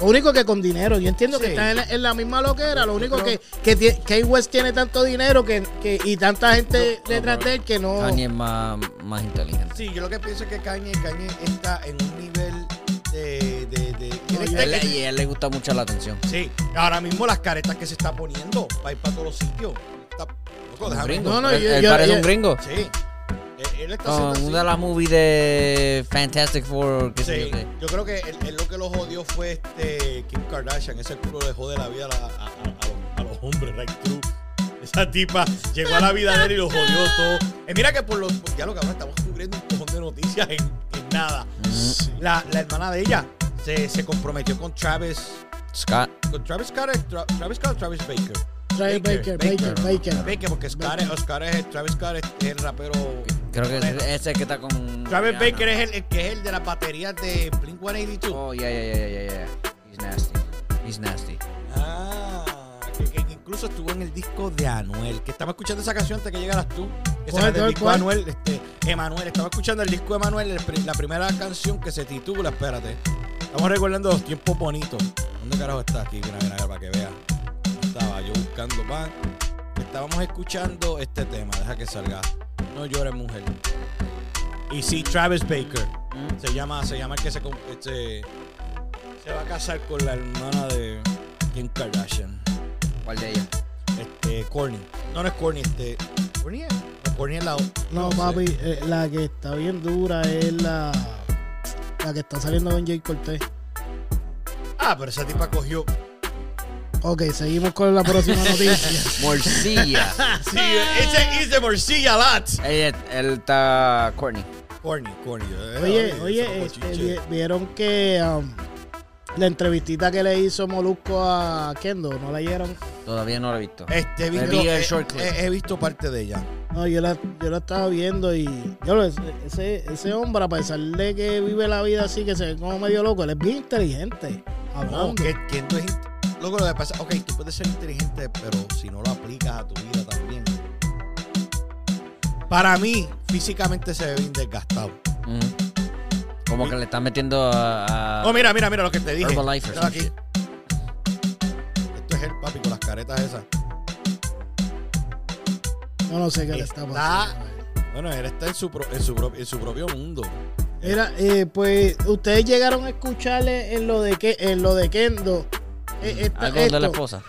Speaker 4: Lo único que con dinero. Yo entiendo que
Speaker 3: Sí.
Speaker 4: está en la, en la misma loquera. Lo
Speaker 3: Yo
Speaker 4: único
Speaker 3: creo-
Speaker 4: que, que tie- Kanye West tiene tanto dinero que, que- y tanta gente
Speaker 5: No,
Speaker 4: detrás
Speaker 5: no,
Speaker 4: de él que no.
Speaker 5: Kanye es más, más inteligente.
Speaker 3: Sí, yo lo que pienso es que Kanye, Kanye está en un nivel de. de, de- él
Speaker 5: Y
Speaker 3: está-
Speaker 5: a él, y a él le gusta mucho la atención.
Speaker 3: sí, ahora mismo las caretas que se está poniendo para ir para todos los sitios. Está, loco,
Speaker 5: Un
Speaker 3: déjame.
Speaker 5: gringo.
Speaker 4: No, no,
Speaker 5: él
Speaker 4: yo-
Speaker 5: él
Speaker 4: yo-
Speaker 5: parece
Speaker 4: yo-
Speaker 5: un gringo.
Speaker 3: Sí. Él, él está
Speaker 5: Con
Speaker 3: haciendo así.
Speaker 5: una de las movies de Fantastic Four, qué sé
Speaker 3: Sí,
Speaker 5: yo qué.
Speaker 3: yo creo que él, él lo que lo jodió fue este Kim Kardashian. Ese culo le jode la vida a, la- a- a- a los- a los hombres, right through. Esa tipa llegó a la vida de él y lo jodió todo. Eh, mira que por los. Ya lo que ahora estamos cubriendo un cojón de noticias en, en nada. La, la hermana de ella se, se comprometió con Travis.
Speaker 5: Scott.
Speaker 3: Con Travis Scott, es Tra- Travis Scott, o Travis Baker.
Speaker 4: Travis Baker, Baker, Baker.
Speaker 3: Baker, porque Scott es- Scott es el- Travis Scott es es el rapero.
Speaker 5: Creo que ese ese es el que está con.
Speaker 3: Travis
Speaker 5: Rihanna.
Speaker 3: Baker es el, el que es el de las baterías de Blink 182.
Speaker 5: Oh, yeah, yeah, yeah, yeah, yeah. He's nasty. He's nasty.
Speaker 3: Ah, que, que incluso estuvo en el disco de Anuel. Que estaba escuchando esa canción antes que llegaras tú. Que
Speaker 4: ¿Cuál,
Speaker 3: se del disco
Speaker 4: cuál,
Speaker 3: de
Speaker 4: cuál?
Speaker 3: Anuel, este, Emanuel. Estaba escuchando el disco de Emanuel, el pri- la primera canción que se titula, espérate. Estamos recordando los tiempos bonitos. ¿Dónde carajo está aquí? Mira, mira, mira, para que vea. Estaba yo buscando pan. Estábamos escuchando este tema. Deja que salga. No llores, mujer. Y sí, Travis Baker.
Speaker 5: Mm.
Speaker 3: Se llama, se llama el que se, con- este, se va a casar con la hermana de Kim Kardashian.
Speaker 5: ¿Cuál de ellos?
Speaker 3: Este, Corny. No, no es Corny, este. Corny es. No, Corny es la.
Speaker 4: No,
Speaker 3: sé.
Speaker 4: papi, eh, la que está bien dura es la, la que está saliendo con Jay Cortés.
Speaker 3: Ah, pero esa tipa cogió.
Speaker 4: Ok, seguimos con la próxima noticia.
Speaker 5: Morcilla.
Speaker 3: Ah, Sí, ese es de Morcilla Lat.
Speaker 5: él, él está. Courtney.
Speaker 3: Corny, Corny. eh,
Speaker 4: Oye,
Speaker 3: eso
Speaker 4: oye,
Speaker 3: como
Speaker 4: este,
Speaker 3: chiche.
Speaker 4: vi- vieron que um, la entrevistita que le hizo Molusco a Kendo, ¿no la vieron?
Speaker 5: Todavía no lo he visto.
Speaker 3: Este, he
Speaker 5: Me
Speaker 3: visto,
Speaker 5: vi el
Speaker 3: eh,
Speaker 5: short clip.
Speaker 3: eh, he visto parte de ella.
Speaker 4: No, yo la, yo la estaba viendo y yo lo- ese, ese hombre, a pesar de que vive la vida así, que se ve como medio loco, él es bien inteligente.
Speaker 3: No,
Speaker 4: Hablando.
Speaker 3: que, que no es int- Loco, lo que pasa, ok, tú puedes ser inteligente, pero si no lo aplicas a tu vida también. Para mí, físicamente se ve bien desgastado.
Speaker 5: Ujú. Como que le está metiendo a. a-
Speaker 3: Oh, mira, mira, mira lo que te dije.
Speaker 5: Herbalife or
Speaker 3: Mira
Speaker 5: some
Speaker 3: aquí.
Speaker 5: shit.
Speaker 3: Esto es el papi con las caretas esas.
Speaker 4: Yo no sé qué le está
Speaker 3: Está-
Speaker 4: pasando.
Speaker 3: Bueno, él está en su, pro- en su, pro- en su propio mundo.
Speaker 4: Mira, eh, pues ustedes llegaron a escucharle en lo de que en lo de Kendo. eh, esta-
Speaker 5: Algo de la
Speaker 4: esto.
Speaker 5: esposa.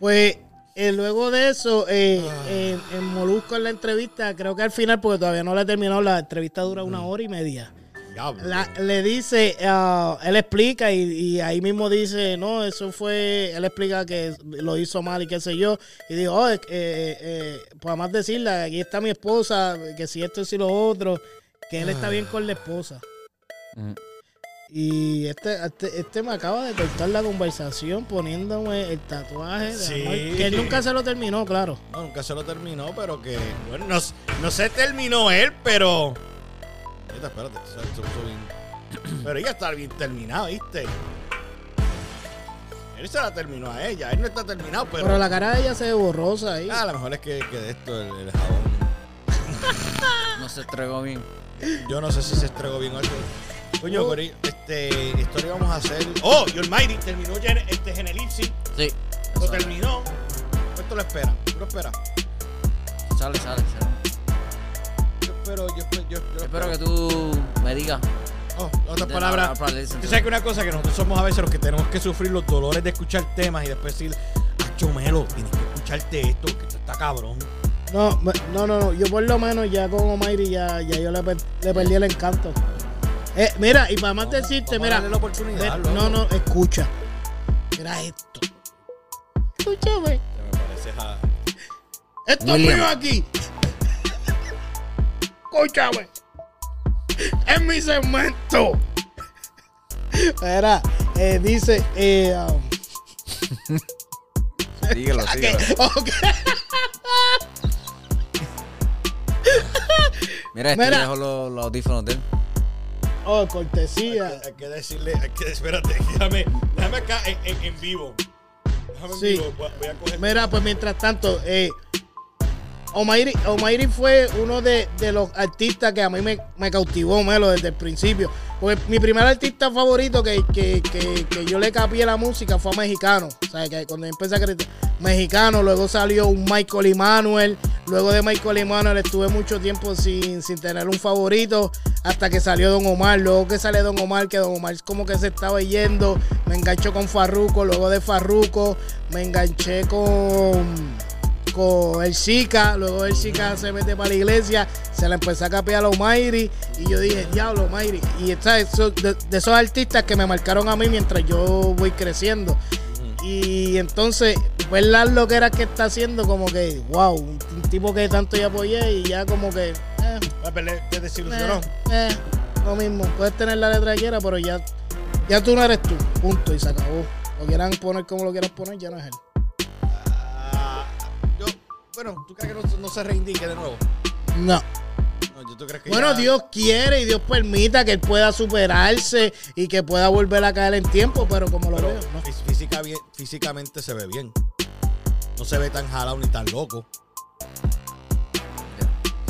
Speaker 4: Pues eh, luego de eso, eh, en, en Molusco en la entrevista, creo que al final, porque todavía no la he terminado, la entrevista dura una hora y media.
Speaker 3: Diablo.
Speaker 4: La- le dice, ah, él explica y, y ahí mismo dice, no, eso fue, él explica que lo hizo mal y qué sé yo. Y dijo, oh, eh, eh, eh, pues además decirle, aquí está mi esposa, que si esto, si lo otro, que él está bien con la esposa.
Speaker 5: Ujú.
Speaker 4: Y este, este, este me acaba de cortar la conversación poniéndome el tatuaje. de
Speaker 3: Sí.
Speaker 4: amor, que él nunca se lo terminó, claro.
Speaker 3: No, nunca se lo terminó, pero que. Bueno, no, s- no se terminó él, pero. Espérate, espérate, esto se- esto puso bien- Pero ella está bien terminada, ¿viste? Él se la terminó a ella, él no está terminado, pero.
Speaker 4: Pero, la cara de ella se ve borrosa ahí.
Speaker 3: Ah, a lo mejor es que, que de esto el, el jabón.
Speaker 5: No se entregó bien.
Speaker 3: Yo no sé si se estregó bien o algo. Coño, Corillo, este, esto lo íbamos a hacer. ¡Oh! Your Mighty terminó ya en- este Genelipsis.
Speaker 5: Sí.
Speaker 3: Lo
Speaker 5: Sale,
Speaker 3: terminó. Esto lo espera. Yo lo espera.
Speaker 5: sale, sale. sale.
Speaker 3: Yo espero, yo espero, yo, yo lo
Speaker 5: Espero que tú me digas.
Speaker 3: Oh, otras
Speaker 5: de
Speaker 3: palabras.
Speaker 5: la- para el
Speaker 3: Tú
Speaker 5: centro.
Speaker 3: sabes que una cosa que nosotros somos a veces los que tenemos que sufrir los dolores de escuchar temas y después decir, ah, chomelo, tienes que escucharte esto, que esto está cabrón.
Speaker 4: No, me- no, no, no. Yo por lo menos ya con Omairi ya, ya yo le, per- le perdí el encanto. Eh, mira, y para más
Speaker 3: Vamos- vamos
Speaker 4: decirte,
Speaker 3: a
Speaker 4: mira,
Speaker 3: darle la oportunidad,
Speaker 4: mira,
Speaker 3: loco.
Speaker 4: No, no, escucha. Mira esto. Escúchame.
Speaker 3: Ya me parece ja-
Speaker 4: Esto es
Speaker 5: William.
Speaker 4: mío aquí. Escúchame. Es mi segmento. Mira, eh, dice. Eh, um,
Speaker 5: Dígalo,
Speaker 4: que-
Speaker 5: sígalo.
Speaker 4: ok.
Speaker 5: Mira, este
Speaker 4: Mira.
Speaker 5: dejo los, los audífonos de él.
Speaker 4: Oh,
Speaker 3: Hay que-
Speaker 4: cortesía.
Speaker 3: Hay que decirle, hay que, espérate, déjame, déjame acá en, en- en vivo. Déjame en
Speaker 4: Sí.
Speaker 3: vivo, voy a, voy a coger.
Speaker 4: Mira, pues mientras tanto, eh, Omairi, Omairi fue uno de, de los artistas que a mí me, me cautivó, Melo, desde el principio. Pues mi primer artista favorito que, que- que- que yo le capié la música fue a Mexicano. O sea, que cuando yo empecé a creer Mexicano, luego salió un Michael Emanuel. Luego de Michael Emanuel estuve mucho tiempo sin, sin tener un favorito hasta que salió Don Omar. Luego que sale Don Omar, que Don Omar como que se estaba yendo. Me enganchó con Farruco. Luego de Farruco me enganché con con el Zika, luego el Zika se mete para la iglesia, se la empezó a capear a los Mayri y yo dije, diablo Mayri, y está eso, de, de esos artistas que me marcaron a mí mientras yo voy creciendo. Y entonces, ver las loqueras que está haciendo, como que, wow, un, un tipo que tanto yo apoyé y ya como que, eh,
Speaker 3: Ah, pero le- te desilusionó.
Speaker 4: eh, eh, lo mismo, puedes tener la letra que quieras, pero ya, ya tú no eres tú, punto, y se acabó. Lo quieran poner como lo quieran poner, ya no es él.
Speaker 3: Ah, yo, bueno, ¿tú crees que no, no se reindique de nuevo?
Speaker 4: No.
Speaker 3: No, yo- ¿tú crees que
Speaker 4: Bueno,
Speaker 3: ya-
Speaker 4: Dios quiere y Dios permita que él pueda superarse y que pueda volver a caer en tiempo, pero como lo
Speaker 3: Pero
Speaker 4: veo, no.
Speaker 3: fí- física bien- físicamente se ve bien. No se ve tan jalado ni tan loco.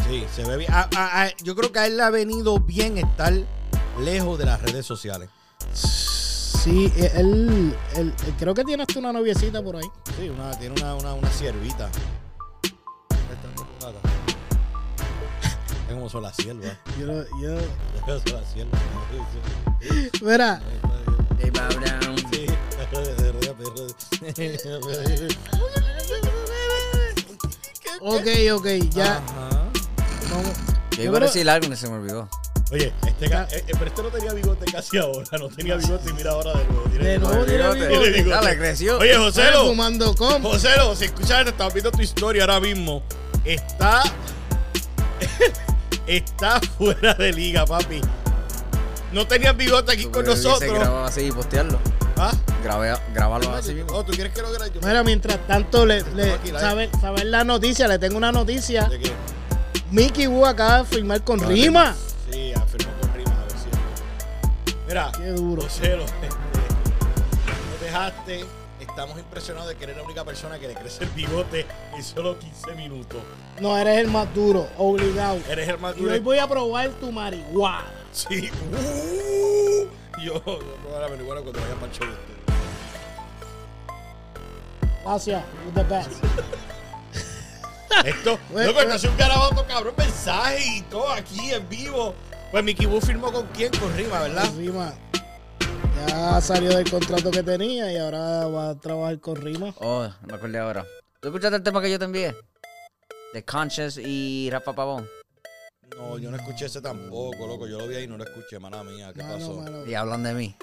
Speaker 3: Sí, se ve bien. A- a- a- yo creo que a él le ha venido bien estar lejos de las redes sociales.
Speaker 4: Sí, él, él- él- creo que tiene hasta una noviecita por ahí.
Speaker 3: Sí, una, tiene una, una, una siervita. Esta no es plata. Es como son las siervas.
Speaker 4: Yo, lo- yo,
Speaker 3: Son las siervas.
Speaker 4: mira,
Speaker 5: They bow down.
Speaker 3: Sí, de rodillas, de rodillas.
Speaker 4: ok, ok, ya.
Speaker 3: Ajá.
Speaker 4: vamos.
Speaker 5: Yo
Speaker 4: Yo
Speaker 5: iba a
Speaker 4: creo-
Speaker 5: decir algo y se me olvidó.
Speaker 3: Oye, este, ca- eh, eh, pero este no tenía bigote casi ahora, no tenía bigote y mira ahora de nuevo. tiene
Speaker 4: De
Speaker 3: bigote.
Speaker 4: nuevo tiene
Speaker 5: Bigote.
Speaker 4: bigote.
Speaker 3: bigote.
Speaker 5: Dale, creció.
Speaker 3: Oye,
Speaker 4: Está
Speaker 3: Joselo,
Speaker 4: fumando combo.
Speaker 3: Joselo, si escuchas, te estaba viendo tu historia ahora mismo. Está. está fuera de liga, papi. No tenías bigote aquí
Speaker 5: Tú
Speaker 3: con
Speaker 5: hubiese
Speaker 3: nosotros.
Speaker 5: grabado así y postearlo.
Speaker 3: ¿Ah?
Speaker 5: Grabé, grabarlo así mismo.
Speaker 3: Oh, ¿tú quieres que lo grabe yo?
Speaker 4: Mira, mientras tanto, le,
Speaker 3: Estamos aquí, eh. live.
Speaker 4: saber, saber la noticia, le tengo una noticia.
Speaker 3: ¿De qué?
Speaker 4: Mickey Wu acaba de firmar con
Speaker 5: Vale.
Speaker 4: Rima.
Speaker 3: Sí, afirmó con rimas, a ver si. Mira,
Speaker 4: Qué duro.
Speaker 3: Rosero, este, nos dejaste. Estamos impresionados de que eres la única persona que le crece el bigote en solo 15 minutos.
Speaker 4: No, eres el más duro, obligado.
Speaker 3: Eres el más
Speaker 4: Y hoy
Speaker 3: duro.
Speaker 4: voy a probar tu marihuana.
Speaker 3: Sí. Uh, yo, yo probar la marihuana cuando vaya para el show. de ustedes.
Speaker 4: Gracias, you're the best.
Speaker 3: Esto,
Speaker 4: Bueno,
Speaker 3: loco, esto
Speaker 4: bueno.
Speaker 3: es un garabato, cabrón, mensaje y todo aquí en vivo. Pues Mickey Boo firmó con quién, con Rima, ¿verdad?
Speaker 5: Ah.
Speaker 4: Con Rima. Ya salió del contrato que tenía y ahora va a trabajar con Rima.
Speaker 5: Oh, me acordé ahora. ¿Tú escuchaste el tema que yo te envié? De Conscious y Rafa Pavón.
Speaker 3: No, yo no escuché ese tampoco, loco. Yo lo vi ahí y no lo escuché, mala mía. ¿Qué
Speaker 4: Mano,
Speaker 3: pasó?
Speaker 4: Ah, mano.
Speaker 5: Y hablan de mí.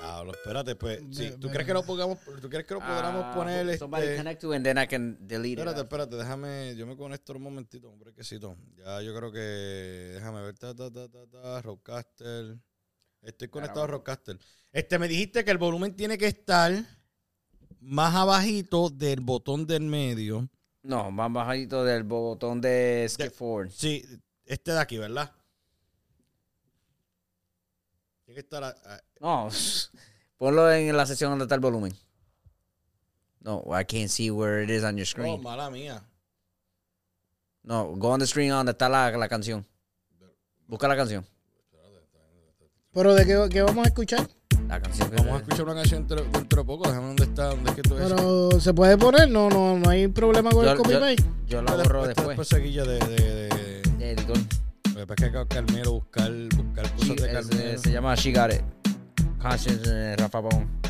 Speaker 3: Diablo, espérate, pues.
Speaker 4: Ve-
Speaker 3: Sí, ¿tú
Speaker 4: ve-
Speaker 3: crees que lo pongamos, tú crees que lo podamos
Speaker 5: Ah,
Speaker 3: poner
Speaker 5: Somebody
Speaker 3: este-
Speaker 5: connect to and then I can delete
Speaker 3: Espérate,
Speaker 5: it.
Speaker 3: espérate, déjame, yo me conecto un momentito, un brequecito. Ya yo creo que déjame ver ta ta ta ta, ta Rockcaster. Estoy conectado a Rockcaster. Este me dijiste que el volumen tiene que estar más abajito del botón del medio.
Speaker 5: No, más bajadito del botón de skip
Speaker 3: Ya.
Speaker 5: forward.
Speaker 3: Sí, este de aquí, ¿verdad? Tiene que estar a- a-
Speaker 5: No, ponlo en la sesión donde está el volumen. No, I can't see where it is on your
Speaker 3: Oh,
Speaker 5: screen.
Speaker 3: mala mía.
Speaker 5: No, go on the screen donde está la, la canción. Busca la canción.
Speaker 4: ¿Pero de qué, qué vamos a escuchar?
Speaker 5: La canción que
Speaker 3: Vamos a escuchar una canción dentro, dentro de poco. Déjame dónde está, dónde es que tú ves.
Speaker 4: Pero se puede poner, no, no, no hay problema con el
Speaker 5: Pues, yo, yo,
Speaker 4: copyright.
Speaker 5: yo la
Speaker 3: Esto
Speaker 5: borro después.
Speaker 3: Después seguilla de... de, de...
Speaker 5: de editor.
Speaker 3: Lo que pasa es que Carmelo buscar, buscar
Speaker 5: She-
Speaker 3: cosas de
Speaker 5: eh, se,
Speaker 3: Carmelo.
Speaker 5: se llama She Got It. Conscience, eh, Rafa Pavón.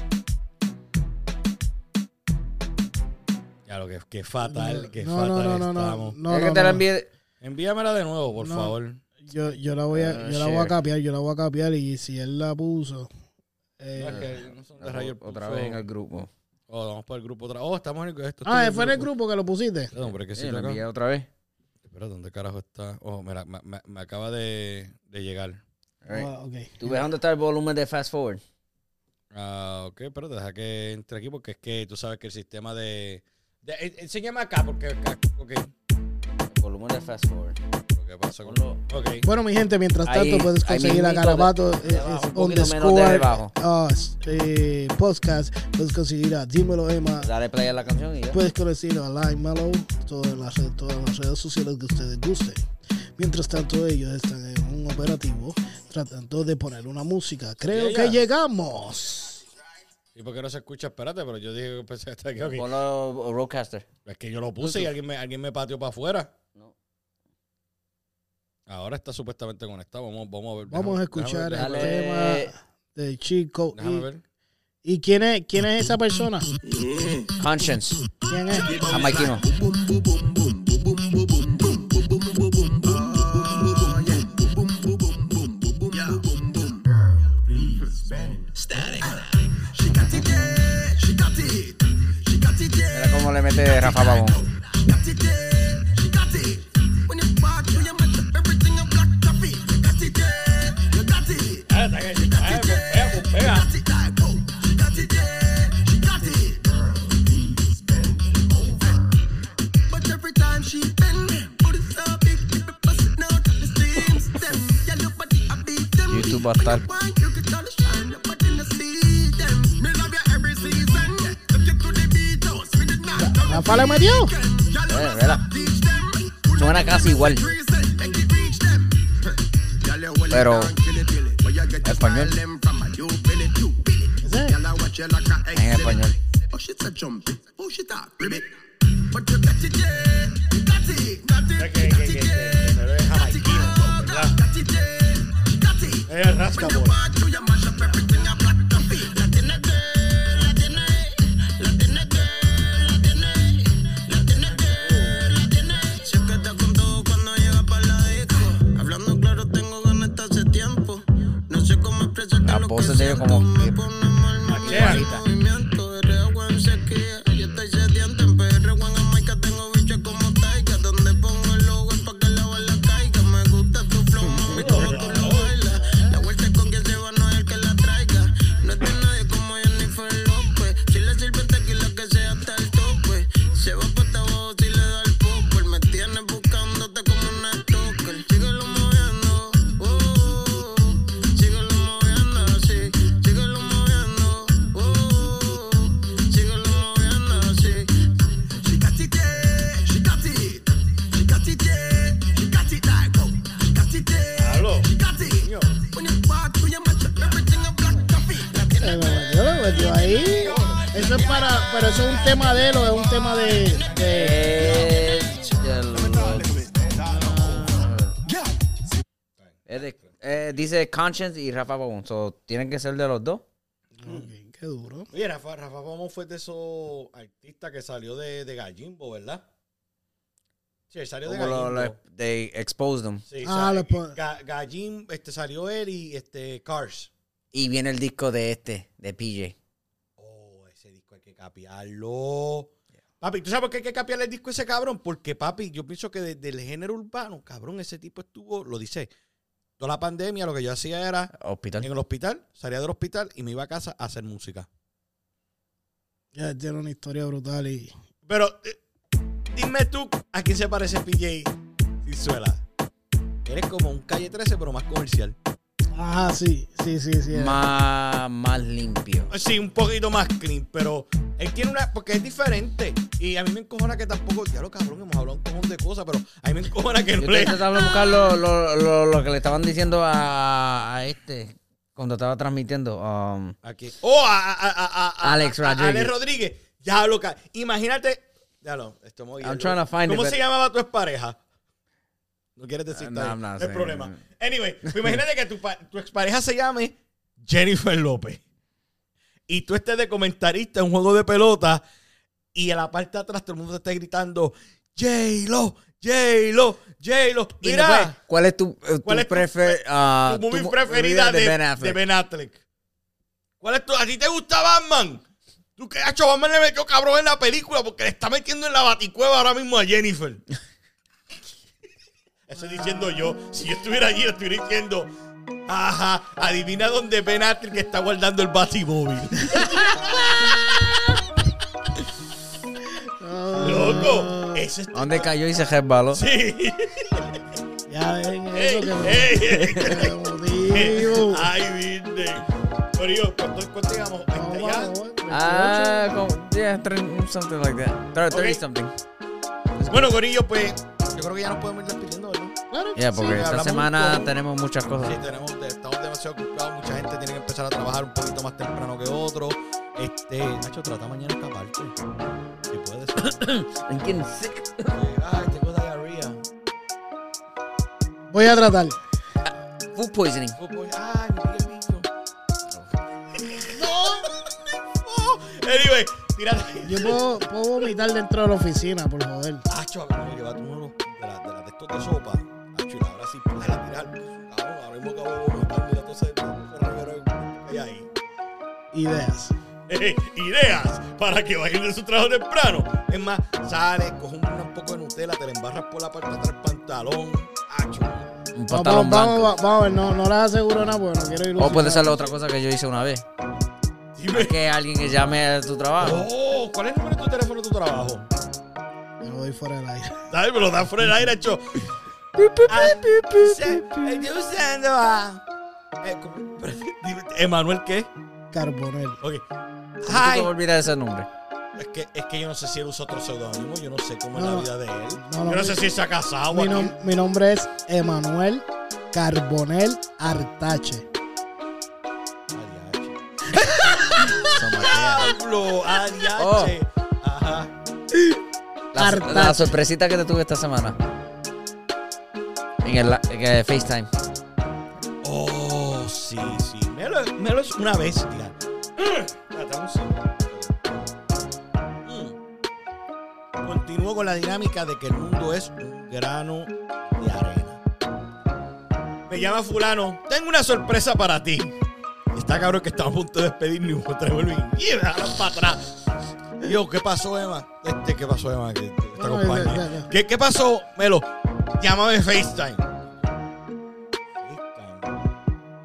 Speaker 3: Ya lo que, que fatal, que
Speaker 4: no,
Speaker 3: fatal
Speaker 4: no, no, no, no,
Speaker 3: estamos.
Speaker 4: no,
Speaker 5: es que
Speaker 4: no,
Speaker 5: te la
Speaker 4: no.
Speaker 5: envié.
Speaker 3: Envíamela de nuevo, por
Speaker 4: No.
Speaker 3: favor.
Speaker 4: Yo, yo la voy a,
Speaker 5: Ah,
Speaker 4: yo la voy a
Speaker 5: shit.
Speaker 4: capear, yo la voy a capear y si él la puso, eh,
Speaker 3: No, es Ah, que no son de Rayo el
Speaker 5: Otra
Speaker 3: Pulso.
Speaker 5: vez en el grupo.
Speaker 3: Oh, vamos para el grupo otra Oh, estamos en el, esto está
Speaker 4: ah, fue en el grupo que lo pusiste.
Speaker 3: Eh, hombre, que sí,
Speaker 5: Eh, la
Speaker 3: acá.
Speaker 5: envié otra vez.
Speaker 3: Espera, ¿dónde carajo está? Oh, mira, me, me- me acaba de, de llegar.
Speaker 5: Alright.
Speaker 4: Ah, ok.
Speaker 5: ¿Tú ves dónde está el volumen de Fast Forward?
Speaker 3: Ah, ok, pero deja que entre aquí porque es que tú sabes que el sistema de... de eh, enséñame acá porque... acá- ok.
Speaker 5: El volumen de Fast Forward.
Speaker 3: Lo que pasa con...
Speaker 5: Ponlo
Speaker 3: Ok.
Speaker 4: Bueno, mi gente, mientras tanto
Speaker 5: Ahí,
Speaker 4: puedes
Speaker 5: ahí
Speaker 4: conseguir eh, a
Speaker 5: mismito,
Speaker 4: Garabato
Speaker 5: de- de abajo, un
Speaker 4: on the
Speaker 5: poquito menos de
Speaker 4: score
Speaker 5: abajo.
Speaker 4: ah, s- eh, podcast. Puedes conseguir a Dímelo Emma.
Speaker 5: Dale play a la canción y ya.
Speaker 4: Puedes conseguir a Line Malo. Todo en las red- todas las redes sociales que ustedes gusten. Mientras tanto, ellos están en un operativo tratando de poner una música. Creo
Speaker 3: Ya,
Speaker 4: que
Speaker 3: ya.
Speaker 4: llegamos.
Speaker 3: ¿Y por qué no se escucha? Espérate, pero yo dije que pensé que está aquí. ok.
Speaker 5: Ponlo uh, Roadcaster.
Speaker 3: Es que yo lo puse y alguien me, alguien me pateó para afuera.
Speaker 5: No.
Speaker 3: Ahora está supuestamente conectado. Vamos, vamos a ver.
Speaker 4: Vamos
Speaker 3: Déjame-
Speaker 4: a escuchar
Speaker 3: déjame
Speaker 4: el
Speaker 3: ver,
Speaker 5: Dale.
Speaker 4: tema de Chico.
Speaker 3: Déjame
Speaker 4: Y-
Speaker 3: ver.
Speaker 4: ¿Y, quién, es, quién es esa persona?
Speaker 5: Conscience.
Speaker 4: ¿Quién es?
Speaker 5: A Maikino. Mira cómo le mete Rafa Pavón.
Speaker 3: Ah, está que- ah, pega, pues, pega.
Speaker 5: YouTube va a estar
Speaker 4: ¿Rafa le metió?
Speaker 5: Eh, mira. Suena casi igual. Pero español.
Speaker 4: ¿Ese es?
Speaker 5: En español.
Speaker 3: Que- que- que- que- que se ve jamaiquino, ¿verdad? Eh, rasca, boy.
Speaker 6: Se queda con todo cuando llega para la disco. Hablando claro, tengo ganas de hace tiempo. No sé cómo expresarte
Speaker 5: Las
Speaker 6: lo que
Speaker 5: voces de ellos
Speaker 6: siento.
Speaker 5: como
Speaker 6: Me pone mal, mal
Speaker 3: Machean.
Speaker 6: el movimiento. Eres agua en sequía. Yo estoy sediento en PR, agua en Jamaica. Tengo bichos como Taiga. Donde pongo el logo pa' que la bala caiga. Me gusta tu flow, mami, como tú lo bailas. La vuelta es con quien se va, no es el que la traiga. No es de nadie como Jennifer López. Si le sirven tequila, que sea hasta el tope. Se va pa' abajo si le da el popper. Me tienes buscándote como una stalker. Síguelo moviendo, oh, oh, oh. Síguelo moviendo así. Síguelo moviendo, oh, oh, oh. Síguelo moviendo así. She got it, yeah. She got it. She got it, yeah. She got it like, oh. She got it, yeah.
Speaker 3: Aló.
Speaker 6: She got it. When you walk, when you match up everything, I'm black coffee. Like in
Speaker 4: Se
Speaker 6: a
Speaker 4: lo Eh, metió, lo metió ahí. Eso es para, pero eso es un tema de él o es un tema de. de-
Speaker 3: Eh.
Speaker 5: Es del- Es de- eh, dice Conscience y Rafa Pavón. So, tienen que ser de los dos.
Speaker 4: Ok, qué duro.
Speaker 3: Oye, Rafa, Rafa Pamón fue de esos artistas que salió de, de Gallimbo, ¿verdad? Sí, él salió de
Speaker 5: Como lo-
Speaker 3: Gallimbo.
Speaker 5: lo- they expose them.
Speaker 3: Sí,
Speaker 4: Ah,
Speaker 3: sa-
Speaker 4: lo pon-
Speaker 3: Ga- Gallim, este, salió él y este, Cars.
Speaker 5: Y viene el disco de este, de PJ.
Speaker 3: Oh, ese disco hay que capiarlo. Papi, ¿tú sabes por qué hay que capiarle el disco a ese cabrón? Porque, papi, yo pienso que desde el género urbano, cabrón, ese tipo estuvo, lo dice, toda la pandemia lo que yo hacía era en
Speaker 5: Hospital.
Speaker 3: el hospital, salía del hospital y me iba a casa a hacer música.
Speaker 4: Ya tiene una historia brutal y.
Speaker 3: Pero eh, dime tú, ¿a quién se parece PJ Cinzuela? Eres como un calle 13, pero más comercial.
Speaker 4: Ajá, sí, sí, sí, sí.
Speaker 5: Más, más limpio.
Speaker 3: Sí, un poquito más clean, pero él tiene una. Porque es diferente. Y a mí me encojona que tampoco. Ya lo cabrón, hemos hablado un cojón de cosas, pero a mí me encojona que
Speaker 5: Yo
Speaker 3: no le.
Speaker 5: estoy tratando de buscar lo, lo- lo- lo que le estaban diciendo a, a este. Cuando estaba transmitiendo, um,
Speaker 3: Aquí. ¡Oh! A, a- a- a- a-
Speaker 5: Alex
Speaker 3: a- a-
Speaker 5: Rodríguez.
Speaker 3: Alex Rodríguez. Ya, loca. Imagínate. Ya lo, esto me voy
Speaker 5: I'm
Speaker 3: a-
Speaker 5: trying to find it,
Speaker 3: ¿Cómo
Speaker 5: but-
Speaker 3: se llamaba tu expareja? No quieres decir
Speaker 5: Uh, no,
Speaker 3: nada.
Speaker 5: I'm not
Speaker 3: No hay
Speaker 5: saying-
Speaker 3: problema. Anyway, pues imagínate que tu, pa- tu expareja se llame Jennifer López. Y tú estés de comentarista en un juego de pelota y en la parte de atrás todo el mundo te está gritando J-Lo, J-Lo, J-Lo.
Speaker 5: y
Speaker 3: Mira,
Speaker 5: después, ¿cuál es tu, eh,
Speaker 3: ¿Cuál
Speaker 5: tu
Speaker 3: es tu-
Speaker 5: prefer- ah,
Speaker 3: tu movie
Speaker 5: mo-
Speaker 3: preferida de, de Ben Affleck.
Speaker 5: Affleck?
Speaker 3: ¿Cuál es tu? ¿A ti te gusta Batman? Tú que hecho Batman le metió cabrón en la película porque le está metiendo en la baticueva ahora mismo a Jennifer. Eso diciendo yo. Si yo estuviera allí, le estuviera diciendo. Ajá, adivina dónde Ben Affleck está guardando el batimóvil.
Speaker 4: Ah,
Speaker 3: Loco, ese es tu-
Speaker 5: ¿Dónde cayó y se resbaló?
Speaker 3: Sí.
Speaker 4: Ya ven
Speaker 3: Ey,
Speaker 4: eso que me-
Speaker 3: ey, ey. Ah,
Speaker 4: que me motivo.
Speaker 3: Ay, viste. Pero yo, ¿cuánto, cuánto llegamos?
Speaker 4: No,
Speaker 3: ¿Veinte ya?
Speaker 4: mano, bueno,
Speaker 5: Ah, como, yeah, thirty- something like that. Thir-
Speaker 3: Ok.
Speaker 5: 30 something.
Speaker 3: Bueno, Gorillo, pues yo creo que ya nos podemos ir despidiendo, ¿verdad?
Speaker 4: claro que
Speaker 5: Yeah,
Speaker 4: sí.
Speaker 5: porque esta
Speaker 3: hablamos un
Speaker 5: semana
Speaker 3: poco.
Speaker 5: tenemos muchas
Speaker 3: Sí,
Speaker 5: cosas.
Speaker 3: tenemos, estamos demasiado ocupados. Mucha gente tiene que empezar a trabajar un poquito más temprano que otro. Este, Nacho, trata mañana escaparte. Si puedes.
Speaker 5: I'm getting sick.
Speaker 3: Ay, tengo diarrea.
Speaker 4: Voy a tratar.
Speaker 5: Food poisoning.
Speaker 3: Oh, boy. Ay, me piqué el bicho. No. Anyway, tírate.
Speaker 4: Yo puedo, puedo vomitar dentro de la oficina, por joder.
Speaker 3: Hacho, acabo de llevar uno de las de, la, de estos de sopa. Hacho, y ahora sí, pues, para tirar. Cabrón, ahora mismo acabo de vomitar. Mira, todo ese reguero que hay ahí.
Speaker 4: Ideas.
Speaker 3: Eh, ideas para que vayan de su trabajo temprano. Es más, sale, coge un, un poco de Nutella, te la embarras por la parte de atrás del pantalón. Hacho.
Speaker 5: Un
Speaker 4: No,
Speaker 5: pantalón
Speaker 4: vamos, vamos,
Speaker 5: blanco.
Speaker 4: va- vamos a ver, no, no las aseguro nada porque no quiero ir.
Speaker 5: O Oh, puede ser la otra cosa que yo hice una vez.
Speaker 3: Dime.
Speaker 5: Que alguien que llame a tu trabajo.
Speaker 3: Oh, ¿cuál es el número de tu teléfono de tu trabajo?
Speaker 4: Me lo doy fuera del aire.
Speaker 3: Dale, me lo da fuera del aire, hecho. Estoy usando a. eh, ¿cómo? Dime, ¿Emanuel qué?
Speaker 4: Carbonel.
Speaker 3: Ok.
Speaker 5: ¿Cómo
Speaker 3: Hi.
Speaker 5: te olvidas ese nombre?
Speaker 3: Es que, es que yo no sé si él usa otro seudónimo, yo no sé cómo es
Speaker 4: No,
Speaker 3: la
Speaker 4: no.
Speaker 3: vida de él.
Speaker 4: No, no,
Speaker 3: yo no sé
Speaker 4: mi-
Speaker 3: si se ha casado.
Speaker 4: Mi,
Speaker 3: aquí.
Speaker 4: nom- mi nombre es Emanuel Carbonel Artache.
Speaker 3: ADH.
Speaker 5: Somatea.
Speaker 3: ¡Diablo! ADH.
Speaker 5: Oh.
Speaker 3: Ajá.
Speaker 5: La,
Speaker 4: Artache.
Speaker 5: la sorpresita que te tuve esta semana. En el, la- en el FaceTime.
Speaker 3: Oh, sí, sí. Melo, Melo es una bestia. Mm. Espérate, un segundo. Mm. Continúo con la dinámica de que el mundo es un grano de arena. Me llama fulano. Tengo una sorpresa para ti. Está cabrón que estamos a punto de despedirnos y un otra vez lo- y me dejaron para atrás. Yo, ¿qué pasó, Emma? Este, ¿qué pasó, Emma? Que- que Esta
Speaker 4: No, no,
Speaker 3: compañía.
Speaker 4: ya, ya.
Speaker 3: ¿Qué, qué pasó, Melo? Llámame FaceTime. FaceTime.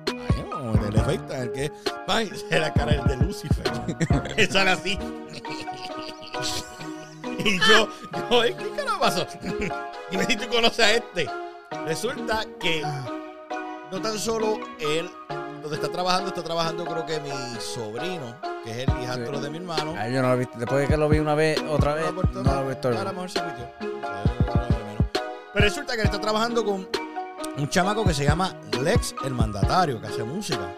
Speaker 3: Ay, no, el FaceTime, que Ay, es la cara del de Lucifer. Que sale así. Y yo, yo, ¿eh? ¿qué carajo pasó? Y me dice, ¿tú conoces a este? Resulta que
Speaker 4: Ah,
Speaker 3: no tan solo él, donde está trabajando, está trabajando creo que mi sobrino, que es el hijastro de mi hermano.
Speaker 5: Ay, Ah, yo no lo vi. Después de que lo vi una vez, otra vez,
Speaker 3: No, por todo.
Speaker 5: no lo he visto.
Speaker 3: Ahora mejor se cuitió. Pero resulta que él está trabajando con un chamaco que se llama Lex el Mandatario, que hace música.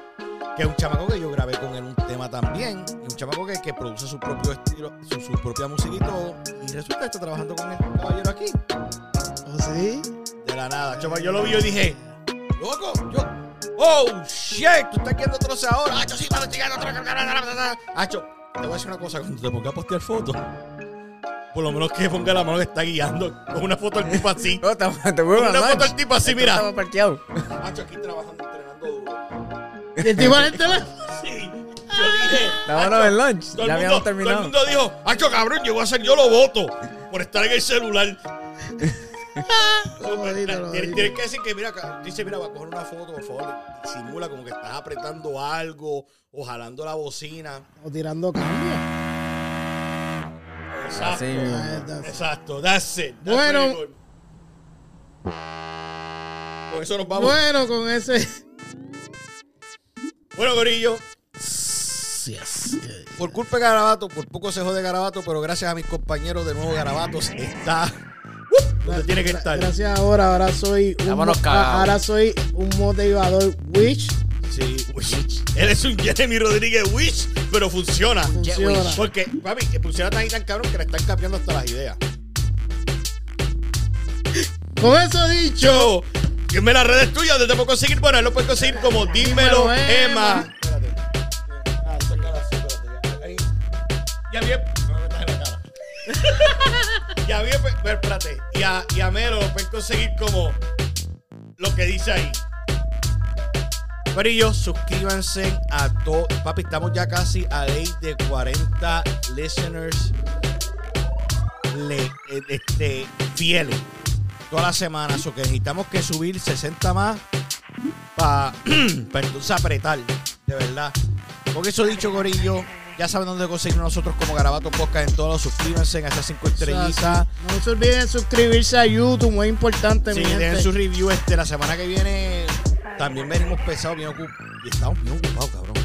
Speaker 3: Que es un chamaco que yo grabé con él un tema también. Y un chamaco que, que produce su propio estilo, su, su propia música y todo. Y resulta que está trabajando con el caballero aquí.
Speaker 4: ¿o Oh, sí?
Speaker 3: De la nada. Chama, yo lo vi y yo dije, loco, yo. Oh, shit, tú estás quedando troce ahora. Hacho, sí, para chingando troce. Hacho, Ah, te voy a decir una cosa, cuando te ponga a postear fotos, por lo menos que ponga la mano que está guiando. Con una foto del tipo así.
Speaker 5: No, te, te
Speaker 3: Con
Speaker 5: vuelvo a
Speaker 3: una
Speaker 5: hablar.
Speaker 3: foto del tipo así,
Speaker 5: Esto
Speaker 3: mira.
Speaker 5: Estaba parqueado.
Speaker 3: Hacho, aquí trabajando, entrenando duro.
Speaker 4: ¿Y el tipo en el teléfono?
Speaker 3: Sí, yo dije. "Ah,
Speaker 5: Estábamos
Speaker 3: "Hacho,
Speaker 5: en lunch.
Speaker 3: todo el
Speaker 5: Ya habíamos
Speaker 3: mundo- Todo el
Speaker 5: terminado.
Speaker 3: mundo dijo, Hacho, cabrón, yo voy a hacer yo lo voto por estar en el celular.
Speaker 4: Lo jodito, lo
Speaker 3: Tienes,
Speaker 4: jodito.
Speaker 3: tienes que decir que, mira, ca- dice, mira, va a coger una foto, por favor, simula como que estás apretando algo o jalando la bocina.
Speaker 4: O tirando cambio.
Speaker 3: Exacto.
Speaker 5: Así mismo.
Speaker 4: Ah, that's-
Speaker 3: Exacto, that's it. That's
Speaker 4: Bueno.
Speaker 3: very good. Con eso nos vamos. Bueno,
Speaker 4: Ah, Bueno, con ese.
Speaker 3: Gorillo,
Speaker 4: Sí, sí.
Speaker 3: por culpa de Garabato, por poco se jode Garabato, pero gracias a mis compañeros de nuevo Garabatos está uh, donde tiene que estar.
Speaker 4: Gracias ahora, ahora soy un,
Speaker 5: Vámonos
Speaker 4: mo-
Speaker 5: cagados.
Speaker 4: ahora soy un motivador witch
Speaker 3: Sí, Wish. Él es un Jeremy Rodríguez Wish, pero funciona.
Speaker 4: Funciona.
Speaker 3: Porque, papi, funciona tan y tan cabrón que le están cambiando hasta las ideas.
Speaker 4: Con eso dicho.
Speaker 3: Yo, dime las redes tuyas, ¿dónde te puedo conseguir? Bueno, él lo puede conseguir como Dímelo
Speaker 4: Dímelo, Emma.
Speaker 3: Emma. Ya bien. Ya bien, pero pues, espérate. Y a, y a Melo lo pueden conseguir como lo que dice ahí. Corillo, suscríbanse a todo. Papi, estamos ya casi a ley de 40 listeners le- eh, este, fieles toda la semana. Eso que necesitamos que subir 60 más para entonces apretar, de verdad. Con eso dicho, Corillo, ya saben dónde conseguirnos nosotros como Garabato Podcast en todos. Suscríbanse a esas 5 estrellitas.
Speaker 4: No se olviden suscribirse a YouTube, muy importante,
Speaker 3: Sí,
Speaker 4: mi gente.
Speaker 3: dejen su review este la semana que viene. También venimos pesados, bien ocupados. Y estamos bien ocupados, cabrón.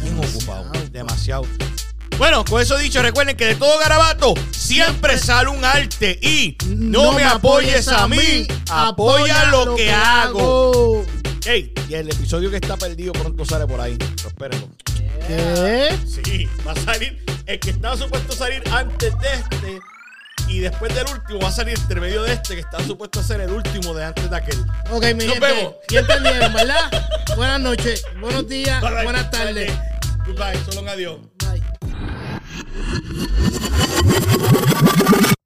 Speaker 3: Bien ocupados. Demasiado. Bueno, con eso dicho, recuerden que de todo garabato siempre sale un arte. Y no, me apoyes a mí, apoya lo que hago. Ey, y el episodio que está perdido pronto sale por ahí. Pero espérenlo.
Speaker 4: ¿Qué?
Speaker 3: Sí, va a salir. El que estaba supuesto a salir antes de este y después del último va a salir entre medio de este, que está supuesto a ser el último de antes de aquel.
Speaker 4: Ok, mi
Speaker 3: Nos
Speaker 4: gente.
Speaker 3: vemos.
Speaker 4: Ya entendieron, ¿verdad? Buenas noches, buenos días,
Speaker 3: Bye, bye.
Speaker 4: buenas tardes.
Speaker 3: Goodbye, solo un adiós.
Speaker 4: Bye.